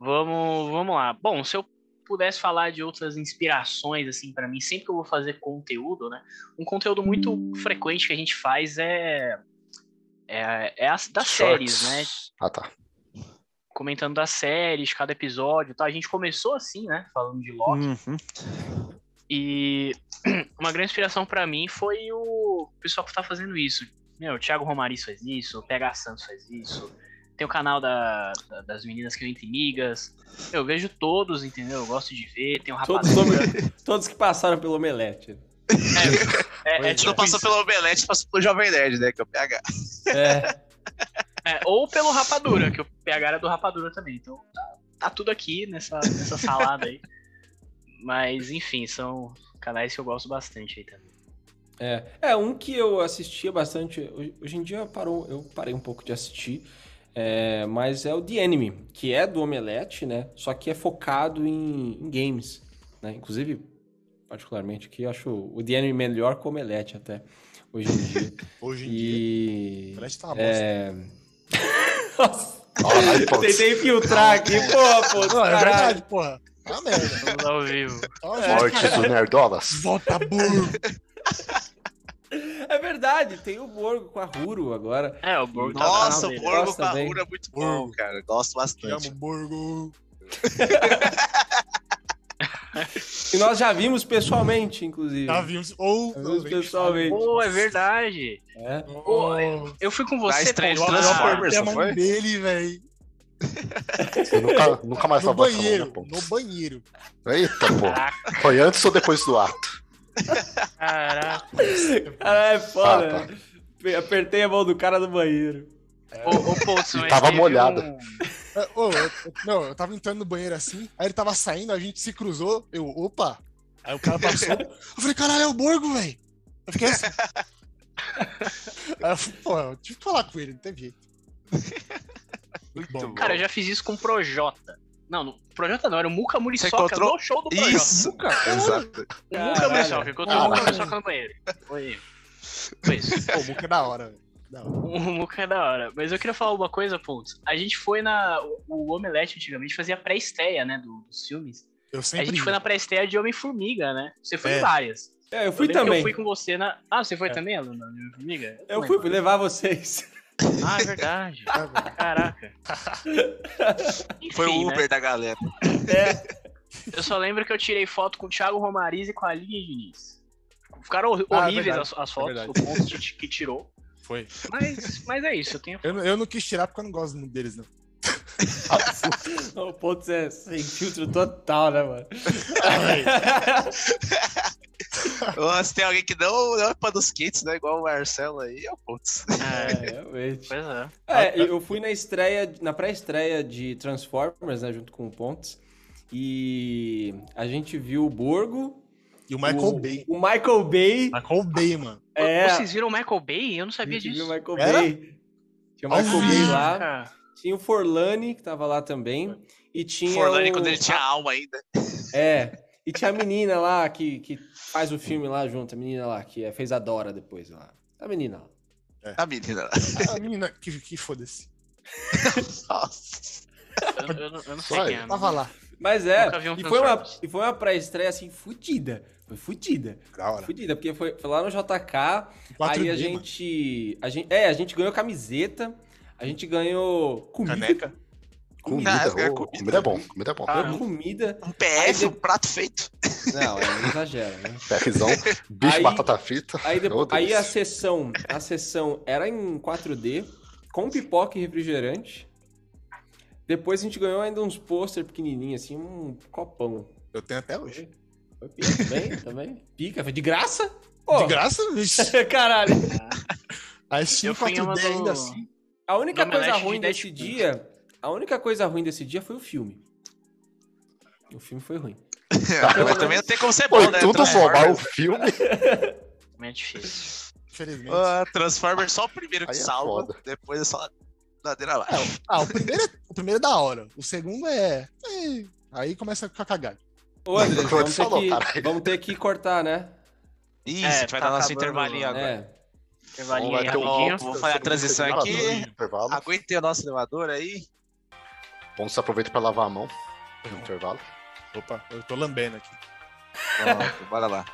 A: Vamos, vamos lá. Bom, se eu pudesse falar de outras inspirações, assim, pra mim, sempre que eu vou fazer conteúdo, né? Um conteúdo muito frequente que a gente faz é. É, é as das séries, né?
E: Ah, tá.
A: Comentando das séries, cada episódio e tal. A gente começou assim, né? Falando de Loki. E uma grande inspiração pra mim foi o pessoal que tá fazendo isso. Meu, o Thiago Romariz faz isso, o PH Santos faz isso. Tem o canal da, da- das meninas que eu entre migas. Eu vejo todos, entendeu? Eu gosto de ver. Tem o
D: Todos,
A: Rapadura.
D: sobre- todos que passaram pelo Omelete.
A: É,
B: A
A: é
B: gente
A: tipo
B: não passou
A: isso.
B: pelo Omelete, passou pelo Jovem Nerd, né? Que é o PH.
D: É,
A: É, ou pelo Rapadura, que o PH era do Rapadura também. Então tá, tá tudo aqui nessa, nessa salada aí. Mas enfim, são canais que eu gosto bastante aí também.
D: é. É, um que eu assistia bastante. Hoje, hoje em dia parou, eu parei um pouco de assistir. é, mas é o The Enemy, que é do Omelete, né? Só que é focado em, em games. Né? Inclusive, particularmente, que eu acho o The Enemy melhor que o Omelete até hoje em dia.
C: Hoje em dia,
D: e.
C: o Omelete tá uma bosta.
D: É... Nossa,
E: Olha lá, pô,
D: tentei filtrar aqui, pô, pô.
C: Não, é
D: caralho.
C: verdade, porra. Ah, merda. Tá
A: Vamos ao vivo.
C: Ó,
B: É.
E: Mortes do Nerdolas.
C: Volta burro.
D: É verdade, tem o Borgo com a Ruro agora.
A: É, o Borgo tá no canal
B: Nossa, o
A: dele.
B: Borgo
D: Gosta
B: com a
D: bem.
B: Rura é muito bom,
C: Borgo.
B: cara. Gosto
C: Te amo,
B: bastante.
C: burgo.
D: E nós já vimos pessoalmente, inclusive.
C: Já vimos. Ou.
D: Já vimos pessoalmente.
A: Pô, é verdade.
D: É.
C: Oh,
A: Eu fui com
B: Na
A: você,
B: estreia de
A: Paulo, lá-
B: Transformers.
C: apertei
B: não
C: a mão
B: foi?
C: dele, velho.
E: Você nunca, nunca mais
C: No
E: lavou essa mão,
C: banheiro.
E: né, pô?
C: No banheiro.
E: Eita, pô.
A: Caraca,
E: Foi antes ou depois do ato?
A: caraca.
D: Caralho, é foda.
E: Ah,
D: né? Apertei a mão do cara no banheiro.
A: Ô, ô Poço, mas
E: tava
A: teve
E: molhada.
A: um-
C: É, ô, eu- eu- não, eu tava entrando no banheiro assim, aí ele tava saindo, a gente se cruzou, eu, opa! Aí o cara passou, eu falei, caralho, é o Borgo, velho! Eu fiquei assim. Aí eu falei, pô, eu tive que falar com ele, não teve jeito. Muito bom.
A: Cara, eu já fiz isso com o Projota. Não, no Projota não, era o Muca Muriçoca
B: encontrou-
A: no show do Projota.
B: Isso! Exato.
A: O Muca
D: Caralho.
A: Muriçoca, encontrou o Muca
C: Caralho.
A: Muriçoca no banheiro. Foi, foi isso.
C: Pô, o Muca é da hora, velho. Da hora.
A: O Muca é da hora. Mas eu queria falar uma coisa, Pontos. A gente foi na. o- O Omelete antigamente fazia pré-estreia, né? do- dos filmes.
C: Eu
A: A
C: sempre.
A: gente foi na pré-estreia de Homem-Formiga, né? Você foi em
C: É.
A: várias.
D: É, eu
A: Eu lembro
D: fui
A: que
D: também.
A: Eu fui com você na. Ah, você foi
D: É.
A: também, Alan, de Homem-Formiga?
D: Eu
A: não
D: fui
A: lembro.
D: levar vocês.
A: Ah, é verdade.
C: Ah,
A: Caraca.
B: Foi
A: Enfim,
B: o
A: né?
B: Uber da galera.
A: Eu só lembro que eu tirei foto com o Thiago Romariz e com a Aline Diniz. Ficaram hor-
C: Ah, é
A: horríveis
C: verdade,
A: as, as fotos,
C: verdade.
A: o ponto que, que tirou.
C: Foi.
A: Mas, mas é isso, eu tenho.
C: Eu, não- eu não quis tirar porque eu não gosto muito deles, não.
D: o ponto é sem filtro total, né, mano?
B: Ô, Se tem alguém que não, não é pra dos quentes, né? Igual o Marcelo aí, é o Pontes.
A: É,
D: É, realmente.
A: pois é.
D: É, eu fui na estreia, na pré-estreia de Transformers, né, junto com o Pontes. E a gente viu o Borgo.
C: E o Michael
D: o,
C: Bay.
D: O Michael Bay.
C: Michael Bay, mano.
D: É,
A: Vocês viram o Michael Bay? Eu não
D: a
A: sabia
D: gente viu
A: disso.
D: o Michael
C: Era?
D: Bay. Tinha o
C: Ao
D: Michael Bay
C: vivo,
D: lá.
A: Cara,
D: Tinha o Forlane, que tava lá também. E tinha.
B: Forlani
D: o-
B: quando ele tinha alma ainda.
D: É. E tinha a menina lá que, que faz o filme lá junto, a menina lá, que é- fez a Dora depois lá. A menina lá.
E: É.
B: A Ah, menina um lá.
C: A Ah, menina, que, que foda-se.
B: Nossa.
A: eu, eu não- eu não sei
E: Vai,
A: quem é.
C: Tava lá.
D: Mas é,
A: Nunca vi um
D: e, foi uma,
A: Transformers.
D: e foi uma pré-estreia assim, fudida. Foi fudida.
C: Da hora.
D: Fudida, porque foi, foi lá no JK,
C: Quatro
D: aí
C: D,
D: a
C: mano.
D: gente, a gente. É, a gente ganhou camiseta, a gente ganhou comida.
C: Caneca.
E: Comida,
B: Ah, é
E: ô,
B: comida. Tá.
E: comida é bom, comida é bom.
A: Ah.
D: Ganhou comida.
B: Um PF, um prato feito.
D: Não, é, não exagera, né?
E: Perfzão, bicho,
D: Aí-
E: batata frita. É
D: Aí,
E: Meu
D: depois,
E: Deus.
D: aí a sessão, a sessão era em 4D, com pipoca e refrigerante. Depois a gente ganhou ainda uns pôster pequenininhos, assim, um copão.
C: Eu tenho
E: É
C: até hoje.
D: Foi pica também, também. Pica, foi de graça? Pô,
C: De graça, bicho.
D: caralho.
C: Aí tinha
A: Eu fui em
C: 4D
A: uma do-
C: ainda assim.
D: A única
A: No
D: coisa
A: Omelete
D: ruim
A: de
D: desse
A: 10
D: dia. A única coisa ruim desse dia foi o filme. O filme foi ruim.
B: Mas também não tem como ser bom,
E: Foi
B: né?
E: tudo
B: Transformers.
E: roubar o filme.
A: É difícil.
C: Infelizmente.
B: Ah, Transformers só o primeiro que
E: Aí é
B: salva,
E: foda.
B: depois é só ladeira
C: É,
B: abaixo.
C: Ah, o primeiro, é, o primeiro é da hora. O segundo é. é, Aí começa a ficar cagado.
D: Ô, André,
E: Como
D: vamos,
E: você falou,
D: ter que,
E: caralho.
D: vamos ter que cortar, né?
B: Isso,
A: É,
B: a gente vai
A: tá
B: dar nosso
A: acabando,
B: intervalinho
A: né?
B: agora.
D: É.
A: Intervalinho aí
E: Vai ter um-
A: rapidinho.
B: Vou Tá fazer a transição aqui.
E: Intervalo.
B: Aguentem o nosso elevador aí.
E: Bom, você aproveita pra lavar a mão no intervalo.
C: Opa, eu tô lambendo aqui.
B: Pronto, bora lá.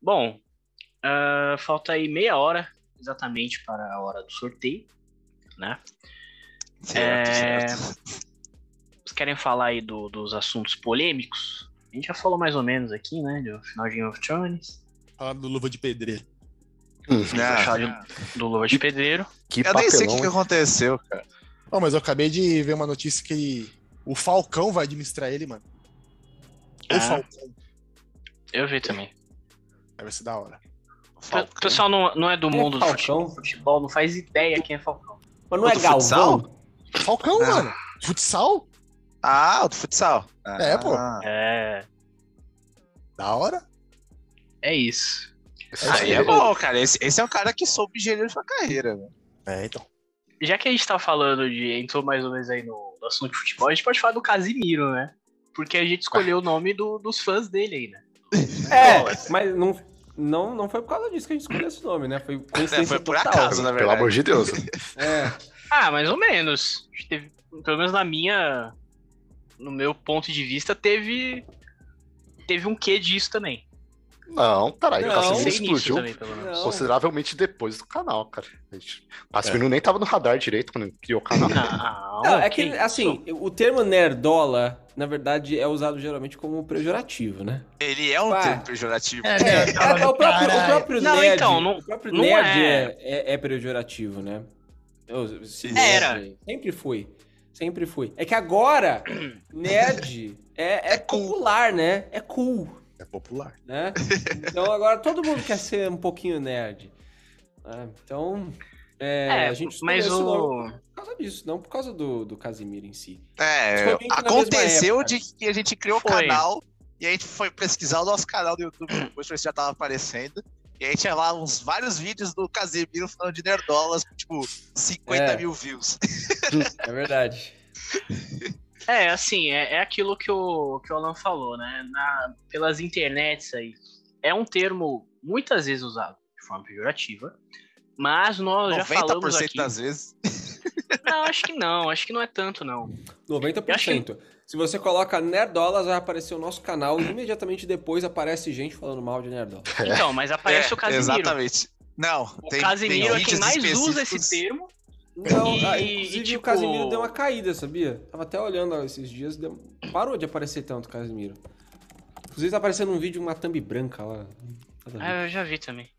A: Bom, ah, falta aí meia hora exatamente para a hora do sorteio.
B: Certo,
A: É,
B: certo.
A: Vocês querem falar aí do- dos assuntos polêmicos? A gente já falou mais ou menos aqui, né? Do final de Game of Thrones.
C: Falar do luva de pedreiro.
B: Ah,
A: Fechado do Luva de Pedreiro.
E: Que
B: eu nem sei o
E: papelão,
B: que, que
E: hein?
B: aconteceu, cara.
C: Ó, mas eu acabei de ver uma notícia que o Falcão vai administrar ele, mano. O
A: Ah.
C: Falcão.
A: Eu vi também.
C: Aí vai ser da hora.
A: O pessoal não, não é do
D: Quem é
A: mundo do fute-
D: Falcão?
A: futebol, não faz ideia quem é Falcão.
D: Mas não é
B: Do
D: Galvão?
C: Falcão,
B: Ah.
C: mano. Futsal?
B: Ah, o do futsal.
C: É, pô.
B: Ah,
A: É,
C: Da hora.
A: é isso.
B: Aí é bom, cara. Esse, esse é um cara que soube gerir sua carreira, velho.
C: É, então.
A: Já que a gente tá falando de. entrou mais ou menos aí no, no assunto de futebol, a gente pode falar do Casimiro, né? Porque a gente escolheu o nome do- dos fãs dele aí, né?
D: É, mas não, não, não foi por causa disso que a gente escolheu esse nome, né? Foi coincidência
B: É, foi por
D: total.
B: acaso, na
E: Pelo
B: verdade.
E: amor de Deus.
D: É,
A: Ah, mais ou menos. A gente teve- pelo menos na minha. No meu ponto de vista, teve. Teve um quê disso também.
E: Não, caralho,
D: Não,
E: o Cassino
D: sei
E: explodiu
A: pelo
D: Não.
E: consideravelmente depois do canal, cara. A gente- O
D: É.
E: Cassino nem tava no radar direito quando criou o canal.
A: Não,
D: Não, é que, assim, o termo nerdola, na verdade, é usado geralmente como pejorativo, né?
B: Ele é um
D: Pá.
B: termo pejorativo.
A: É,
D: É,
A: né?
D: é, é o, próprio, o próprio
A: Não,
D: nerd,
A: então, não-
D: o próprio
A: não
D: nerd
A: é.
D: é, é, é pejorativo, né? Eu- se-
A: É, Era.
D: nerd, Sempre foi. Sempre foi. É que agora, nerd é, é,
B: É cool.
D: popular, né? É cool,
C: É popular.
D: né? Então agora todo mundo quer ser um pouquinho nerd. né? Então, é,
A: É,
D: a gente
A: mas
D: escolheu esse nome
A: o.
D: por causa disso, não por causa do, do Casimiro em si.
B: É,
D: Foi bem que na
B: aconteceu
D: mesma
B: de que a gente criou o
A: Foi.
B: canal e a gente foi pesquisar o nosso canal do YouTube depois que já tava aparecendo. E aí tinha lá uns vários vídeos do Casemiro falando de nerdolas, tipo, 50
D: É.
B: mil views.
D: É verdade.
A: É, assim, é, é aquilo que o, que o Alan falou, né? Na- pelas internets aí. É um termo muitas vezes usado de forma pejorativa, mas nós já
B: 90%
A: falamos aqui...
B: das vezes.
A: Não, acho que não, acho que não é tanto, não.
D: 90%. Se você coloca Nerdolas, vai aparecer o nosso canal e imediatamente depois aparece gente falando mal de Nerdolas.
A: Então, mas aparece
B: É,
A: o Casimiro.
B: Exatamente. Não,
A: O
B: tem,
A: Casimiro
B: tem
A: é quem
B: vídeos
A: mais usa
B: específicos.
A: esse termo.
D: Não,
A: E-
D: ah,
A: e,
D: inclusive
A: tipo-
D: o Casimiro deu uma caída, sabia? Tava até olhando esses dias, deu- parou de aparecer tanto o Casimiro. Inclusive tá aparecendo um vídeo, uma thumb branca lá. Nada a ver.
A: Ah, eu já vi também.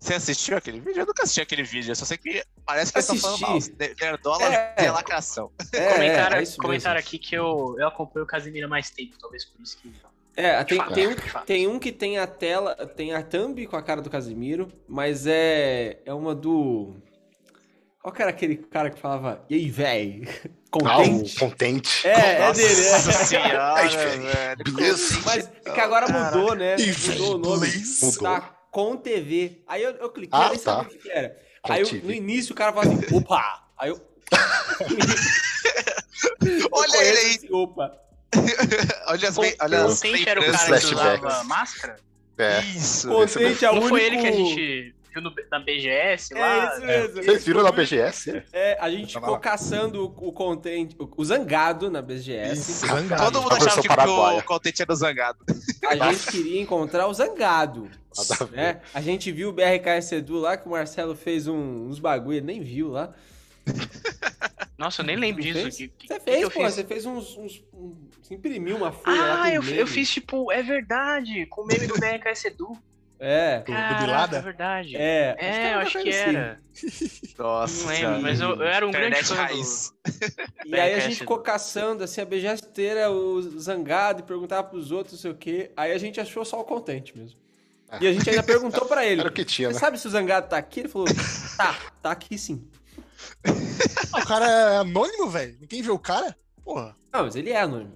B: Você assistiu aquele vídeo? Eu nunca assisti aquele vídeo, eu só sei que parece que eu tô falando mal.
D: Assisti.
B: Nerdola
D: É.
B: de lacração.
D: É,
A: comentaram
D: é, é isso mesmo.
A: comentaram aqui que eu, eu acompanho o Casimiro há mais tempo, talvez por isso que.
D: É, tem,
A: Fato,
D: tem um,
A: fato.
D: tem um que tem a tela, tem a thumb com a cara do Casimiro, mas é, é uma do... Qual que era aquele cara que falava, e aí, véi?
E: Ah,
D: Contente?
E: o contente.
D: É,
B: Nossa
D: é dele, é.
B: senhora,
E: Ai, velho.
B: velho.
E: Beleza.
D: Mas é que agora
B: Caraca.
D: mudou, né?
C: Ih,
D: Mudou o nome.
C: please.
E: Mudou.
D: Tá com TV. Aí eu, eu cliquei,
E: Ah,
D: nem sabia
E: tá.
D: o que que era.
E: Com
D: aí eu-
E: TV.
D: no início o cara fala assim, opa! Aí eu.
B: Olha
D: conheço
B: ele aí.
D: esse Opa!
B: Olha as,
A: Con-
B: be- olha as
A: Contente era o
B: lembranças.
A: cara que
E: flashbacks.
A: usava máscara?
E: É.
B: Isso.
D: Contente é o
A: Não
D: único...
A: foi ele que a gente viu no- na BGS
D: É
A: lá?
D: isso mesmo.
E: Vocês viram na BGS?
D: É, a gente
C: Eu tava
D: ficou
C: lá.
D: caçando o, o contente, o, o zangado na BGS.
C: Zangado.
B: Todo mundo
E: A versão
B: achava que
E: paraguaia.
B: o Contente era o zangado.
D: A gente queria encontrar o zangado.
E: Nada a ver.
D: né? A gente viu o BRKS Edu lá, que o Marcelo fez um- uns bagulho, ele nem viu lá.
A: Nossa, eu nem lembro
D: Você
A: disso.
D: fez?
A: Que, que-
D: Você
A: que que
D: fez,
A: eu
D: pô,
A: fiz?
D: você fez uns. uns- um- você imprimiu uma folha lá.
A: Ah,
D: com
A: eu, eu
D: meme.
A: fiz tipo, é verdade, com o meme do BRKS Edu.
D: É.
A: Caraca,
C: Bilada?
A: é verdade. É,
D: É,
A: eu acho que era.
D: assim.
B: Nossa.
A: Não lembro, mas eu, eu era um grande
B: Internet
A: fã
B: raiz.
A: do...
D: E aí a gente
A: Dreamcast,
D: ficou caçando, assim, a BGS inteira, o zangado, e perguntava pros outros, não sei o quê. Aí a gente achou só o contente mesmo. E a gente ainda perguntou pra ele.
E: É. Era o que tinha,
D: Você
E: né?
D: sabe se o zangado tá aqui? Ele falou, tá, tá aqui sim.
C: Ah, o cara é anônimo, velho. Ninguém vê o cara? Porra.
D: Não, mas ele é anônimo.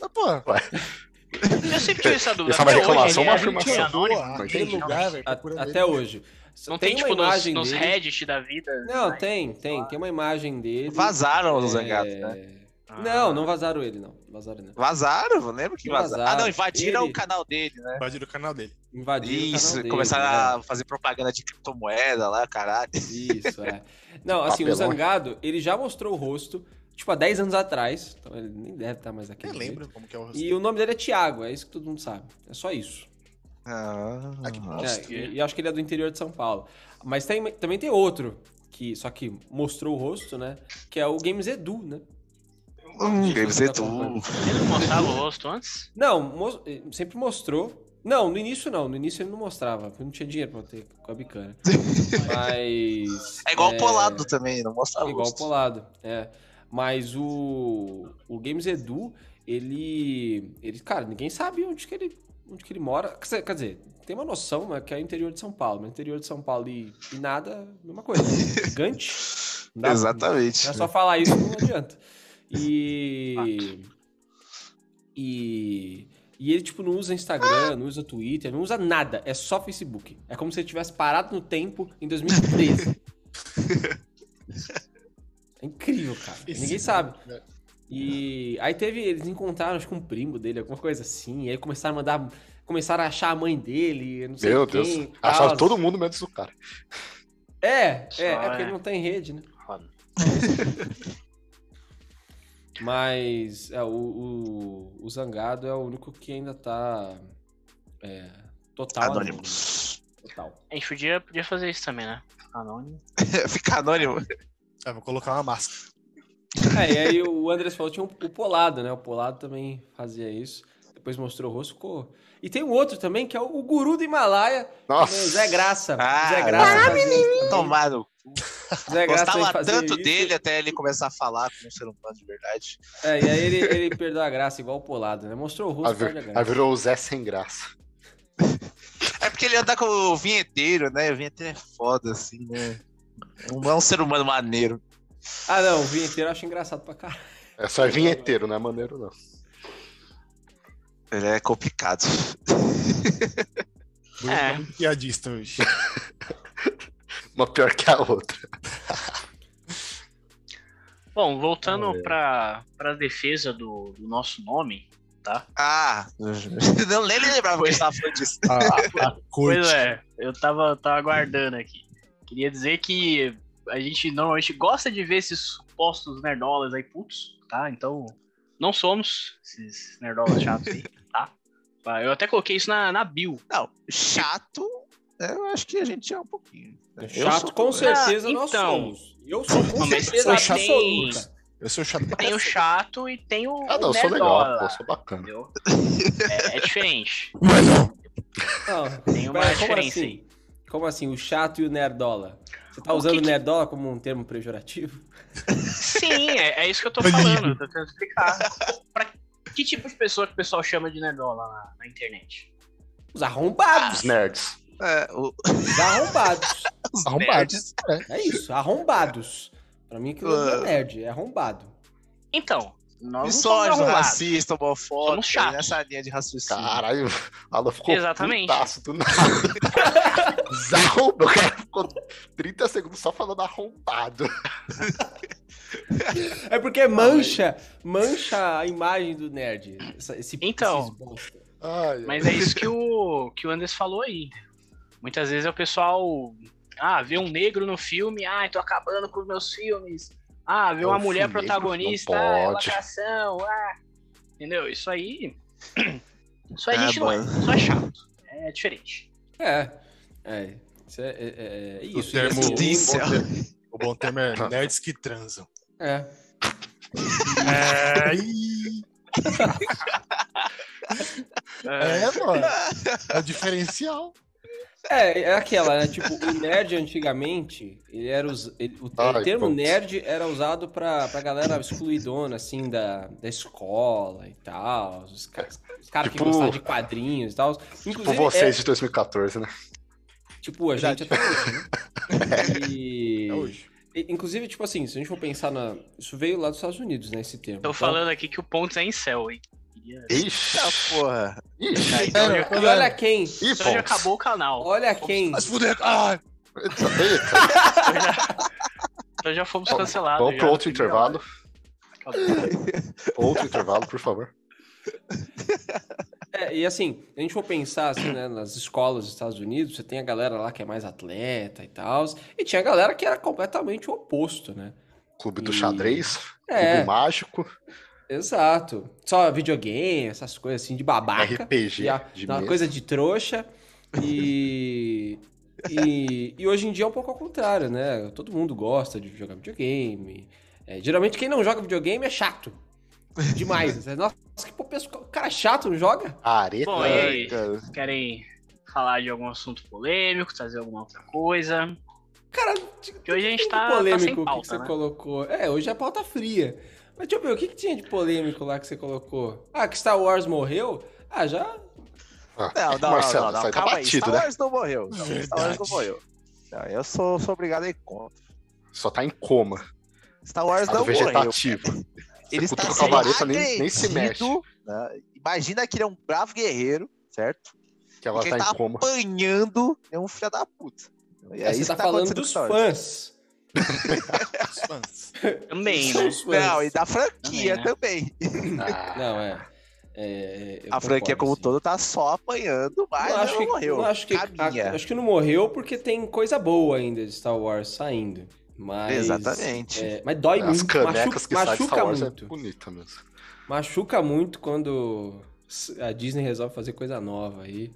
C: Tá, porra.
A: Eu sempre tive essa dúvida.
E: Essa é uma
A: até hoje, ele é-
E: reclamação, uma
A: ele é
E: afirmação.
A: anônimo?
C: Boa,
E: não
C: aquele
E: entendi.
C: lugar, velho.
D: A-
C: procurando ele.
D: até hoje.
A: Não tem,
D: uma
A: tipo, nos,
D: imagem
A: nos
D: dele.
A: Reddit da vida?
D: Não,
A: né?
D: tem, tem. Tem uma imagem dele.
B: Vazaram os
D: É,
B: zangados, né?
A: Ah.
D: Não, não vazaram ele, não. Vazaram né? ele, não.
B: Vazaram, eu lembro que
D: Não
B: vazaram. Ah,
D: vazaram.
B: não, invadiram
D: Ele-
B: o canal dele, né?
C: Invadiram o canal dele.
D: Invadiram o canal
B: Isso,
D: dele, né?
B: começaram a fazer propaganda de criptomoeda lá, caralho.
D: Isso, é. Não, assim, o
E: Papelão.
D: Zangado, ele já mostrou o rosto, tipo, há 10 anos atrás. Então ele nem deve estar mais aqui.
C: Nem lembro como que é o
D: E o nome dele é Thiago, é isso que todo mundo sabe. É só isso.
B: Ah,
C: que
D: É,
C: bosta.
D: e, e acho que ele é do interior de São Paulo. Mas tem- também tem outro, que só que mostrou o rosto, né? Que é o Games Edu, né?
B: hum, Games Edu.
A: Ele não mostrava o rosto antes?
D: Não, mo- eh, sempre mostrou. Não, no início não. No início ele não mostrava, porque não tinha dinheiro pra ter webcam. né? Mas.
B: É igual o Polado também, não mostra
D: É Igual
B: rosto.
D: polado, é. Mas o, o Games Edu, ele, ele. Cara, ninguém sabe onde que ele, onde que ele mora. Quer dizer- Quer dizer, tem uma noção, né, que é o interior de São Paulo. Mas interior de São Paulo e, e nada, mesma coisa. né? Gigante. Não dá-
B: Exatamente.
D: é só falar isso, não adianta. E. E. E ele, tipo, não usa Instagram, não usa Twitter, não usa nada. É só Facebook. É como se ele tivesse parado no tempo em 2013. é incrível, cara. Ninguém sabe. E aí teve. Eles encontraram, acho que um primo dele, alguma coisa assim. E aí começaram a mandar. Começaram a achar a mãe dele, não sei
E: Meu
D: quem.
E: Deus.
D: tal.
E: Acharam todo mundo menos o cara.
D: É,
A: Só,
D: é, é porque
A: né?
D: ele não tem rede, né?
A: Foda.
D: Mas é, o, o, o Zangado é o único que ainda tá. É, Total.
B: Anônimos.
D: Total.
A: A gente podia, podia fazer isso também, né? Anônimo.
B: Fica anônimo.
C: É, vou colocar uma máscara.
D: É, e aí o Andrés falou, tinha o Polado, né? O Polado também fazia isso. Depois mostrou o rosto, ficou. E tem um outro também, que é o, o guru do Himalaia,
E: Nossa.
D: né, Zé Graça.
B: Ah,
D: Zé Graça.
B: ah,
D: fazia isso também.
B: Tomado.
D: Zé Graça também
B: Gostava
D: fazia
B: tanto
D: isso.
B: dele até ele começar a falar como um ser humano de verdade.
D: É, e aí ele, ele perdeu a graça, igual o Polado, né? Mostrou o rosto,
E: Aí
D: perde a
E: vir-
D: graça.
E: aí virou o Zé sem graça.
B: É porque ele anda com o vinheteiro, né? O vinheteiro é foda, assim, né? Não é um ser humano maneiro.
D: Ah, não, o vinheteiro eu acho engraçado pra caralho.
E: É só é vinheteiro, não é maneiro, não.
B: Ele é complicado.
C: Vou
A: É.
C: ficar muito piadista hoje.
E: Uma pior que a outra.
A: Bom, voltando
E: Ah, é.
A: pra, pra defesa do, do nosso nome, tá?
B: Ah, não nem lembrava que a gente tava falando disso.
C: Ah, A, a corte.
A: Pois é, eu tava, eu tava aguardando aqui. Queria dizer que a gente normalmente gosta de ver esses supostos nerdolas aí putos, tá? Então, não somos esses nerdolas chatos aí, tá? Ah, Eu até coloquei isso na, na bio.
B: Não, chato, né? eu acho que a gente é um pouquinho. Eu
D: Chato,
B: sou-
D: com certeza
A: Ah,
D: nós
A: então.
D: somos. Eu sou com
A: Não, mas
D: certeza
A: eu chato-
D: absoluta.
C: Eu sou chato pra
A: Tem o chato e tem o.
E: Ah,
A: o
E: não, eu sou
D: Né,
A: nerdola,
E: legal, pô, eu sou bacana.
A: entendeu? É, é diferente.
D: Não,
A: Tem uma
D: mas
A: diferença aí.
D: assim? Como assim, o chato e o nerdola? Você tá
A: O
D: usando
A: que que-
D: nerdola como um termo pejorativo?
A: Sim, é, é isso que eu tô
C: Bandido.
A: falando, eu tô tentando explicar. Pra que tipo de pessoa que o pessoal chama de nerdola na, na internet?
D: Os arrombados,
E: Os nerds.
B: É, o-
D: os arrombados.
B: os
C: arrombado.
B: nerds.
D: É isso, arrombados. Pra mim aquilo não é nerd, é arrombado.
A: Então, nós não somos
B: Misógino,
A: arrombados.
B: racista, homofóbico,
A: Somos chatos.
B: nessa linha de raciocínio. Tá,
E: Caralho, o Alan ficou
A: Exatamente.
E: putaço do nada. Zarromba, o cara ficou 30 segundos só falando arrombado.
D: É porque mancha, mancha a imagem do nerd. Essa- esse,
A: Então.
D: esses bosta.
E: Ai, ai.
A: Mas é isso que o, que o Andrés falou aí. Muitas vezes é o pessoal. Ah, vê um negro no filme, ah, tô acabando com os meus filmes. Ah, vê
E: É
A: uma
E: um
A: mulher
E: filme negro,
A: protagonista,
E: não
A: ah, é
E: pode.
A: lacração, ah. Entendeu? Isso aí. Isso aí a
B: É,
A: gente não é.
B: mano.
A: Isso é chato. É diferente.
D: É, é. Isso é, é- é isso.
C: O termo-
D: E assim,
B: Isso.
E: tipo,
C: O bom termo é nerds que transam.
D: É.
C: É, ih, é, mano. É o diferencial.
D: É, é aquela, né? Tipo, o nerd antigamente, ele era us... ele- o,
E: Ai,
D: o termo
E: putz.
D: nerd era usado pra, pra galera excluidona, assim, da, da escola e tal. Os caras os caras que
E: Tipo-
D: gostavam de quadrinhos e tal. Inclusive,
E: Tipo
D: é-
E: vocês de 2014, né?
D: Tipo, a gente até hoje, né? E-
C: É hoje.
D: e- Inclusive, tipo assim, se a gente for pensar na. Isso veio lá dos Estados Unidos, né? Esse termo.
E: Então-
A: Tô falando aqui que o Pontes é em céu, hein? Então
E: Ixi,
B: Eita porra.
E: ixi,
A: Aí, então,
C: É,
A: já,
D: Então, E olha quem.
E: ih,
A: então já
E: pontos.
A: acabou o canal.
D: Olha quem.
C: Mas fudeu. Ah,
E: Eita, eita.
A: Então já fomos
E: Bom,
A: cancelados.
E: Vamos
A: já.
E: pro outro intervalo.
A: Acabou.
E: Outro intervalo, por favor.
D: É, e assim, a gente for pensar assim, né, nas escolas dos Estados Unidos, você tem a galera lá que é mais atleta e tal, e tinha a galera que era completamente o oposto, né?
E: Clube do
D: E-
E: xadrez,
D: É,
E: Clube mágico,
D: exato. Só videogame, essas coisas assim de babaca,
E: RPG
D: e a-
E: de
D: uma
E: mesa.
D: coisa de trouxa. E, e, e hoje em dia é um pouco ao contrário, né? Todo mundo gosta de jogar videogame. É, geralmente quem não joga videogame é chato. Demais. Nossa, que pô, pessoa- cara chato não joga?
E: Areta.
A: Bom, é e aí?
B: cara.
A: Querem falar de algum assunto polêmico, trazer alguma outra coisa?
D: Cara,
A: Que hoje a gente
D: Tem
A: tá,
D: de
A: tá
D: polêmico
A: sem
D: o que que
A: pauta,
D: você
A: né?
D: colocou. É, hoje é pauta fria. Mas deixa eu ver, o que, que tinha de polêmico lá que você colocou? Ah, que Star Wars morreu? Ah, já.
E: Ah,
B: Não, não,
E: Marcelo,
B: não, não,
E: sai tá
B: calma
E: batido,
B: aí. Star
E: né?
B: Wars não morreu. Não, Star Wars não
C: Verdade.
B: morreu. Não, eu sou, sou obrigado a ir contra.
E: Só tá em coma. é
B: Star Wars
E: Estado
B: não morreu.
E: vegetativo.
B: Ele está
E: cutuca
A: o
B: sendo
E: cabareta, nem- nem se
B: agredido, né? Imagina que ele é um bravo guerreiro, certo?
E: Que ela
B: Porque
E: tá
B: ele tá
E: em coma.
B: Apanhando é um filho da puta. E é
D: aí você
B: isso
D: tá
B: que
D: falando
B: acontecendo com
D: dos
B: Star Wars.
D: fãs.
C: os fãs.
A: Também,
D: São
A: né?
D: os fãs.
B: Não, e da franquia
A: Também, né?
B: também.
E: Ah,
D: Não, é. É, eu
B: A franquia
D: concordo,
B: como um
D: sim.
B: todo tá só apanhando, mas
D: Eu acho
B: não
D: que,
B: morreu.
D: eu acho que,
B: Caminha.
D: acho que não morreu porque tem coisa boa ainda de Star Wars saindo. Mas,
B: Exatamente.
D: é, mas dói
E: As
D: muito.
E: canecas
D: Machuca,
E: que saem de Star
D: machuca
E: Wars
D: muito.
E: é bonita mesmo.
D: Machuca muito quando a Disney resolve fazer coisa nova aí.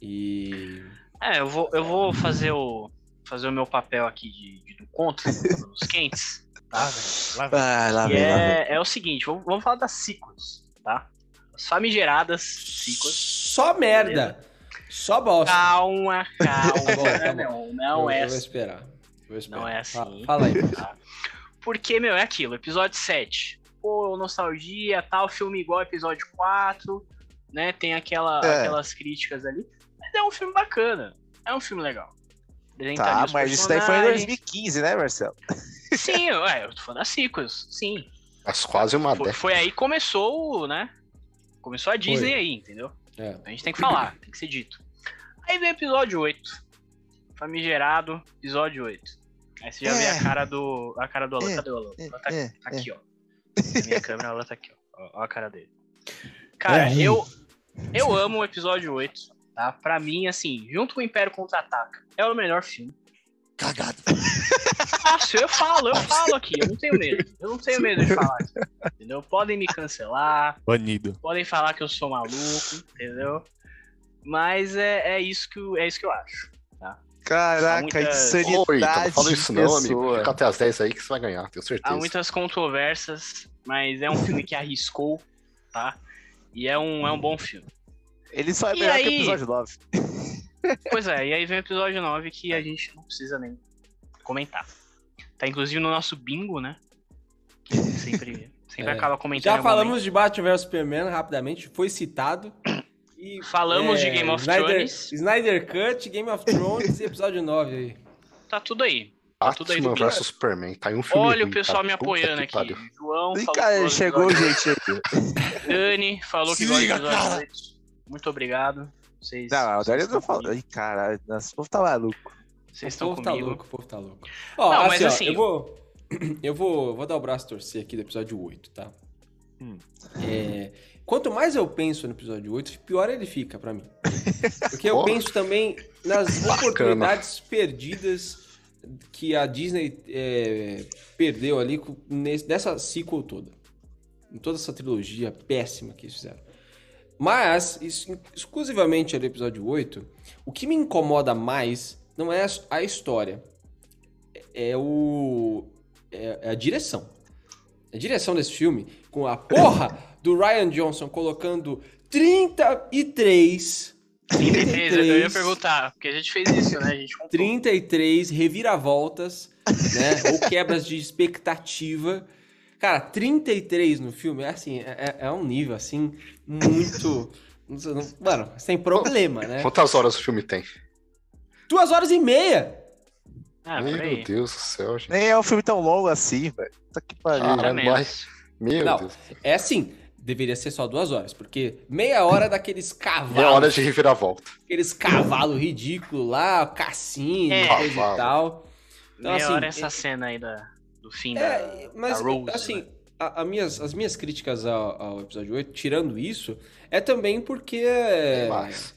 D: E.
A: É, eu vou, eu vou fazer o fazer o meu papel aqui de, de- do contra dos quentes.
C: Lá, velho. Lá,
D: é
C: velho.
B: Ah, lá
A: E
B: vem, lá vem.
A: é, é o seguinte, vamos, vamos falar das ciclos, tá? As famigeradas ciclos.
D: Só merda. Só bosta.
A: Calma,
D: Tá bom,
A: calma,
D: tá bom.
A: não,
D: Eu-
A: não é
D: Eu vou esperar. Vou esperar.
A: Não é
D: Fa-
A: assim.
D: Fala aí.
A: Tá? Porque, meu, é aquilo, episódio 7. Pô, nostalgia, tal, filme igual ao episódio 4, né? Tem aquela,
B: É.
A: aquelas críticas ali. Mas é um filme bacana. É um filme legal. Apresenta ali
D: então,
B: Tá,
A: os
B: mas isso daí foi em
A: personagens.
B: 2015, né, Marcelo?
A: Sim, ué, eu tô falando das sequels, sim.
E: Faz quase uma
A: Foi,
B: É.
E: década.
A: foi aí que começou, o, né? Começou a Disney aí, entendeu?
D: É.
A: A gente tem que falar, tem que ser dito. Aí vem o episódio 8. Famigerado, episódio 8. Aí você já vê
B: É.
A: a cara do. A cara do Alan.
B: É,
A: Cadê o Alan?
B: é,
A: Alan tá
B: é,
A: tá aqui, ó. Na minha câmera, ela tá aqui, ó. ó. ó a cara dele. Cara,
D: É.
A: eu, eu amo o episódio 8. Tá? Pra mim, assim, junto com o Império Contra-Ataca, é o melhor filme.
C: Cagado.
A: Fácil, eu falo, eu falo aqui, eu não tenho medo. Eu não tenho medo de falar aqui, entendeu? Podem me cancelar,
C: Banido.
A: podem falar que eu sou maluco, entendeu? Mas é, é, isso, que, eu- é isso que eu acho. Há
B: Caraca,
A: muitas-
B: insanidade.
E: Ô, Ítalo, não então, fala isso não, amigo.
B: pessoa.
E: Fica até as 10 aí que você vai ganhar, tenho
A: Há
E: certeza.
A: muitas controvérsias, mas é um filme que arriscou, tá? E é um, é um bom filme.
B: Ele só é
A: E
B: melhor que o
A: aí?
B: episódio 9.
A: Pois é, e aí vem o episódio 9 que a gente não precisa nem comentar. Tá inclusive no nosso bingo, né? Que sempre sempre
D: É.
A: acaba comentando. em
D: Já
A: algum
D: falamos de Batman vs Superman rapidamente, foi citado. E, é,
A: Falamos de Game of
D: Snyder,
A: Thrones.
D: Snyder Cut, Game of Thrones e episódio 9 aí.
A: momento. Tá tudo aí. tudo aí do
E: Batman vs
A: Pix.
E: Superman, tá em um filme
A: Olha o
E: ruim,
A: pessoal
E: cara.
A: me
E: Puta
A: apoiando
E: que
A: aqui.
E: pariu.
A: João
B: Ih,
A: falou que
B: cara,
A: gosta do
B: chegou
A: episódio
B: gente aqui.
A: oito. Dani falou que
C: Se
A: gosta do
C: liga,
A: episódio
C: cara.
A: 8. Muito obrigado. Vocês
B: Não, o
A: vocês
B: Dario não
A: estão
B: falou.
A: comigo.
B: Ih, caralho, nossa, o povo tá maluco.
A: Vocês
D: o
A: estão
D: povo tá
A: comigo.
D: louco, o povo tá louco. Ó,
A: Não,
D: assim,
A: mas
D: ó,
A: assim-
D: eu vou. Eu vou, vou dar o braço a torcer aqui do episódio 8, tá?
B: Hum.
D: É, quanto mais eu penso no episódio 8, pior ele fica pra mim. Porque eu
E: Porra.
D: penso também nas
E: Bacana.
D: oportunidades perdidas que a Disney é, perdeu ali com- nesse, dessa sequel toda. Em toda essa trilogia péssima que eles fizeram. Mas, isso, exclusivamente ali, episódio 8, o que me incomoda mais não é a história, é o. É, é a direção. A direção desse filme, com a porra do Ryan Johnson colocando 33.
A: 33, eu ia perguntar, porque a gente fez isso, né? A gente contou.
D: 33 reviravoltas, né? ou quebras de expectativa. Cara, 33 no filme é assim, é, é- é um nível assim, muito. não sei, não- Mano, sem problema, né?
E: Quantas horas o filme tem?
D: Duas horas e meia!
A: Ah,
E: Meu
A: peraí.
E: Deus do céu, gente.
B: Nem é um filme tão longo assim, velho. Tá que pariu.
A: Era
E: Caralho,
A: menos.
E: Meu
D: Não.
E: Deus. do céu.
D: É assim, deveria ser só duas horas, porque meia hora daqueles cavalos,
E: Meia hora de reviravolta.
D: aqueles cavalos ridículos lá, cassino,
A: É.
D: coisa e
E: Cavalo.
D: tal. Então,
A: Meia
D: assim,
A: hora essa cena aí da, do fim da.
D: É, mas
A: da Rose,
D: assim,
A: né?
D: a- a minhas, as minhas críticas ao, ao episódio 8, tirando isso, é também porque é,
E: Mas,